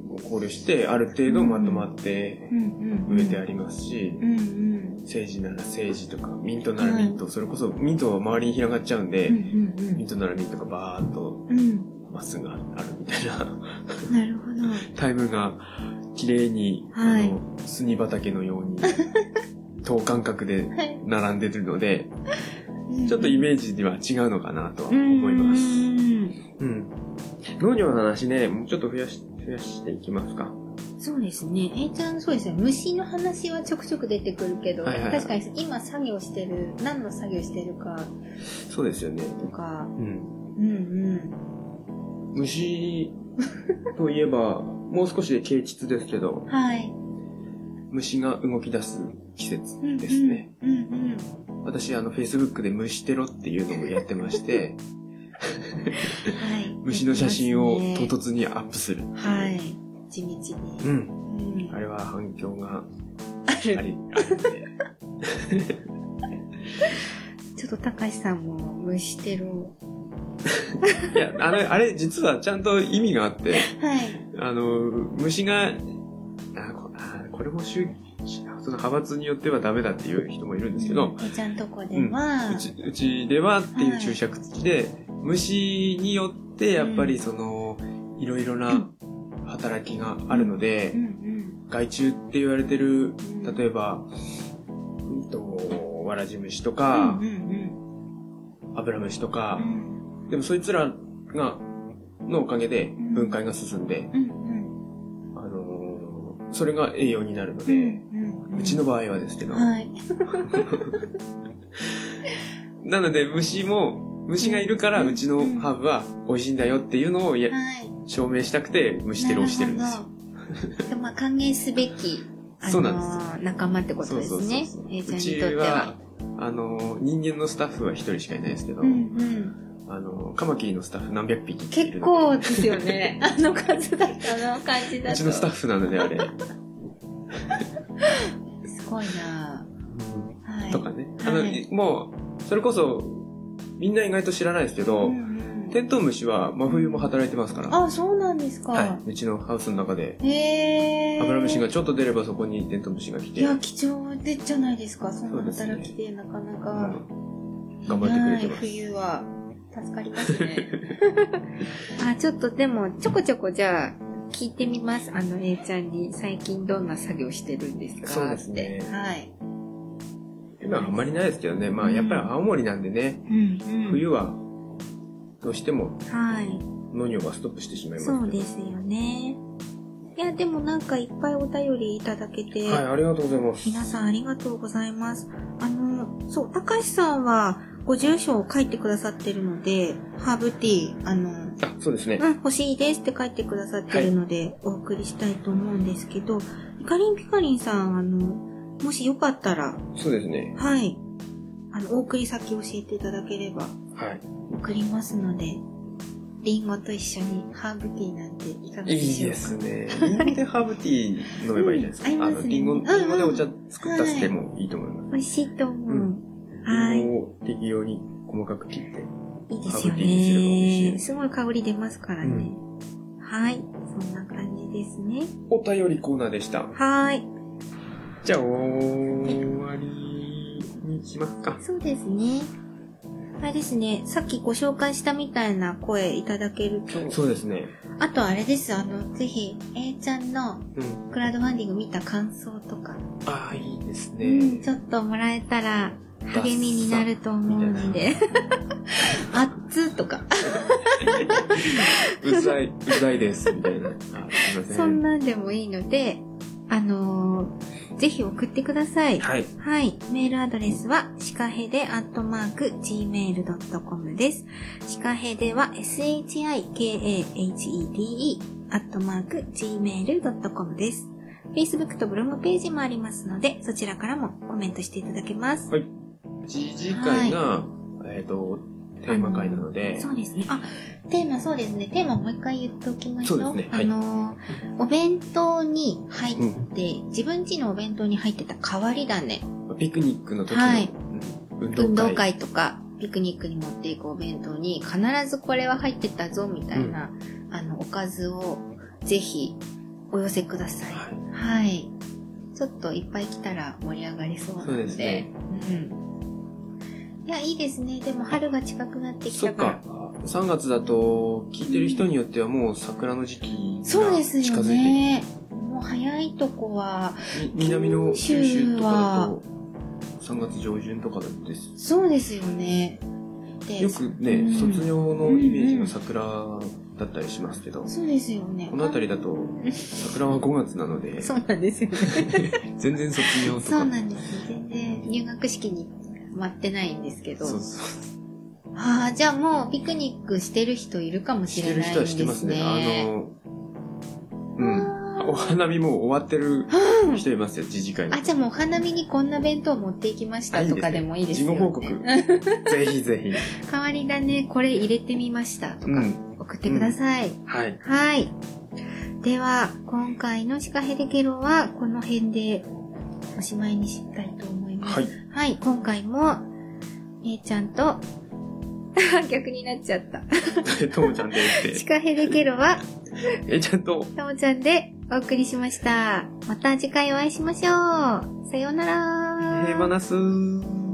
Speaker 1: を考慮してある程度まとまって
Speaker 2: うんうん
Speaker 1: 植えてありますし、
Speaker 2: うんうん
Speaker 1: セージならセージとか、ミントならミント、それこそミントは周りに広がっちゃうんで、
Speaker 2: うんうん
Speaker 1: ミントならミントがバーっと
Speaker 2: うんうん
Speaker 1: まっすぐあるみたいな、
Speaker 2: なるほど
Speaker 1: タイムが綺麗に、
Speaker 2: はい
Speaker 1: あの、スニ畑のように、 等間隔で
Speaker 2: はい
Speaker 1: 並んでるので、ちょっとイメージには違うのかなとは思います。
Speaker 2: す
Speaker 1: うん。農業の話ね、もうちょっと増やし、増やしていきますか。
Speaker 2: そうですねえいちゃんそうですね虫の話はちょくちょく出てくるけど
Speaker 1: はいはいはい
Speaker 2: 確かに今作業してる何の作業してるか
Speaker 1: そうですよね。
Speaker 2: とか
Speaker 1: うん。
Speaker 2: うん
Speaker 1: 虫といえば、 もう少しで啓蟄ですけど
Speaker 2: う、んはい
Speaker 1: 虫が動き出す季節ですね。
Speaker 2: うんうん
Speaker 1: 私、あの、Facebook で虫テロっていうのをやってま して、
Speaker 2: はい
Speaker 1: 虫の写真を
Speaker 2: 出て
Speaker 1: 唐
Speaker 2: ます
Speaker 1: 突
Speaker 2: ね
Speaker 1: にアップする。
Speaker 2: はい地道に
Speaker 1: うん。
Speaker 2: うん
Speaker 1: あれは反響が
Speaker 2: あ
Speaker 1: あ
Speaker 2: る
Speaker 1: り、あるんで。
Speaker 2: ちょっと高橋さんも虫テロ
Speaker 1: いや、あれ、あれ、実はちゃんと意味があって、
Speaker 2: はい
Speaker 1: あの、虫が、あこあこれも宗その派閥によってはダメだっていう人もいるんですけど、
Speaker 2: えいちゃんとこでは
Speaker 1: うち、うちではっていう注釈付きで、虫によってやっぱりその、いろいろな働きがあるので、
Speaker 2: うんうん
Speaker 1: 害虫って言われてる、
Speaker 2: うん
Speaker 1: 例えば、うんと、わらじ虫と
Speaker 2: う
Speaker 1: か
Speaker 2: ん、うん
Speaker 1: アブラムシとか
Speaker 2: う、ん
Speaker 1: でもそいつらが、のおかげで分解が進んで、
Speaker 2: うんうん
Speaker 1: あのーそれが栄養になるの
Speaker 2: うんう
Speaker 1: で、
Speaker 2: んうん
Speaker 1: うちの場合はですけど、
Speaker 2: はい
Speaker 1: なので虫も、虫がいるから
Speaker 2: うん
Speaker 1: うちのハーブは美味しいんだよっていうのをや
Speaker 2: はい
Speaker 1: 証明したくて虫テロをしてるんですよ。
Speaker 2: なるほどでもまあ歓迎すべき、あ
Speaker 1: そう
Speaker 2: の
Speaker 1: なん
Speaker 2: ー仲間ってことですね
Speaker 1: そうそうそうそう。
Speaker 2: A ちゃ
Speaker 1: う
Speaker 2: んに
Speaker 1: ち
Speaker 2: とって
Speaker 1: は
Speaker 2: は。、
Speaker 1: あのー人間のスタッフは一人しかいないですけど、
Speaker 2: うんうん、
Speaker 1: あのーカマキリのスタッフ何百匹っているの
Speaker 2: 結
Speaker 1: で
Speaker 2: 構ですよね。あの数だったの感じだ
Speaker 1: う
Speaker 2: と。
Speaker 1: ちのスタッフなのであれ、
Speaker 2: すごいなはい。
Speaker 1: とかねあの、
Speaker 2: はい
Speaker 1: もうそれこそみんな意外と知らないですけ
Speaker 2: う
Speaker 1: ど、
Speaker 2: んう
Speaker 1: テ
Speaker 2: ん、
Speaker 1: ントウムシは真冬も働いてますから、
Speaker 2: あ、そうなんですか。
Speaker 1: はい、うちのハウスの中で
Speaker 2: へえ。
Speaker 1: アブラムシがちょっと出ればそこにテントウムシが来
Speaker 2: い
Speaker 1: て、う
Speaker 2: や、
Speaker 1: ん
Speaker 2: 貴重でじゃないですか。そんな
Speaker 1: そうですね
Speaker 2: 働きでなかなか。
Speaker 1: 頑張ってくれて
Speaker 2: は
Speaker 1: ま
Speaker 2: い、
Speaker 1: す。
Speaker 2: 冬は助かりますね。 あ、ちょっとでも、ちょこちょこじゃあ、聞いてみます。あの、A ちゃんに最近どんな作業してるんですか
Speaker 1: そうですね
Speaker 2: ってはい。
Speaker 1: 今はあんまりないですけどね、まあやっぱり青森なんでね、
Speaker 2: うん、
Speaker 1: 冬はどうしても
Speaker 2: はい。
Speaker 1: 農業がストップしてしまいますけど
Speaker 2: そうですよね。いや、でもなんかいっぱいお便りいただけて、
Speaker 1: はい、ありがとうございます。
Speaker 2: 皆さんありがとうございます。あの、そう、高橋さんは、ご住所を書いてくださってるので、ハーブティー、あの、
Speaker 1: あ、そうですね。
Speaker 2: うん、欲しいですって書いてくださってるので、お送りしたいと思うんですけど、ピカリンピカリンさん、あの、もしよかったら、
Speaker 1: そうですね。
Speaker 2: はい、あの、お送り先教えていただければ、
Speaker 1: はい。
Speaker 2: 送りますので、リンゴと一緒にハーブティーなんていかがで
Speaker 1: いい
Speaker 2: しょう
Speaker 1: で
Speaker 2: か。
Speaker 1: すね。リンゴでハーブティー飲めばいいじゃないですか。
Speaker 2: うん合いますね
Speaker 1: の、リンゴ、
Speaker 2: うんうん
Speaker 1: リンゴでお茶作ったしてもいいと思います。
Speaker 2: 美味しいと思う。は
Speaker 1: リ
Speaker 2: い
Speaker 1: ン。ゴを適量に細かく切って。
Speaker 2: いい
Speaker 1: ハーブ
Speaker 2: ですよ
Speaker 1: ティーにすれば美味し
Speaker 2: ね。
Speaker 1: い
Speaker 2: すごい香り出ますからね。はい。そんな感じですね。
Speaker 1: お便りコーナーでした。
Speaker 2: はい。
Speaker 1: じゃあ、終わりにしますか。
Speaker 2: そうですね。あれですね、さっきご紹介したみたいな声いただけると、
Speaker 1: そうですね。
Speaker 2: あとあれです、あの、ぜひ、A ちゃんの
Speaker 1: うん。
Speaker 2: クラウドファンディング見た感想とか、
Speaker 1: ああ、いいですね。
Speaker 2: うんちょっともらえたら励みになると思うので、あっつとか、
Speaker 1: うざい、うざいです、みたいな。あすいません。
Speaker 2: そんなんでもいいので、あのーぜひ送ってください。
Speaker 1: はい。
Speaker 2: はい。メールアドレスは、シカヘデアットマーク、gmail.com です。シカヘデは、shikahede アットマーク、gmail.com です。Facebook とブログページもありますので、そちらからもコメントしていただけます。
Speaker 1: 次次回が、えっ、と、テーマ会なので、
Speaker 2: そうですね。あ、テーマそうですね。テーマもう一回言っておきましょう。
Speaker 1: そうですね
Speaker 2: あ
Speaker 1: はい
Speaker 2: のーお弁当に入って、自分家のお弁当に入ってた変わり種。
Speaker 1: ピクニックの時の、
Speaker 2: はい
Speaker 1: うん運動会。
Speaker 2: 運動会とかピクニックに持っていくお弁当に必ずこれは入ってたぞみたいな、あのおかずをぜひお寄せください。
Speaker 1: はい
Speaker 2: はい。ちょっといっぱい来たら盛り上がりそうなので。
Speaker 1: そうですね
Speaker 2: うん。いや、いいですね。でも春が近くなってき
Speaker 1: そ
Speaker 2: た
Speaker 1: っ
Speaker 2: から
Speaker 1: か。。3月だと、聞いてる人によってはもう桜の時期が近
Speaker 2: そう
Speaker 1: づ
Speaker 2: で
Speaker 1: いて
Speaker 2: すよね。もう早いとこは、
Speaker 1: み南の九州とかだと、3月上旬とかです。
Speaker 2: そうですよね。で
Speaker 1: よくね、
Speaker 2: うん
Speaker 1: 卒業のイメージの桜だったりしますけど、
Speaker 2: そうですよね。
Speaker 1: この辺りだと、桜は5月なので、
Speaker 2: そうなんですよね。
Speaker 1: 全然卒業とか。
Speaker 2: そうなんですよ。全然入学式に待ってないんですけど。
Speaker 1: そうそう
Speaker 2: ああ、じゃあもうピクニックしてる人いるかも
Speaker 1: し
Speaker 2: し
Speaker 1: て
Speaker 2: れ
Speaker 1: る
Speaker 2: ない
Speaker 1: 人
Speaker 2: で
Speaker 1: はしてますすね。あ
Speaker 2: ね。
Speaker 1: の、うん。お花見もう終わってる人いますよ、自治会の
Speaker 2: あ、。じゃあもうお花見にこんな弁当持っていきまし
Speaker 1: あ
Speaker 2: た
Speaker 1: いい
Speaker 2: と
Speaker 1: ですね
Speaker 2: かでもいいですよ、ね。
Speaker 1: 事後報告ぜひぜひ。
Speaker 2: 代わりだね、これ入れてみましたとか
Speaker 1: うん。
Speaker 2: 送ってください。
Speaker 1: はい。
Speaker 2: はい。では、今回のシカヘデケロはこの辺でおしまいにしたいと思います。
Speaker 1: はい。
Speaker 2: はい、今回も、姉ちゃんと、 逆になっちゃった。
Speaker 1: ともちゃんで
Speaker 2: シ
Speaker 1: 言って。
Speaker 2: カヘデケロは、
Speaker 1: え、ちゃんと、
Speaker 2: ともちゃんでお送りしました。また次回お会いしましょう。さようなら。
Speaker 1: 平和なすー。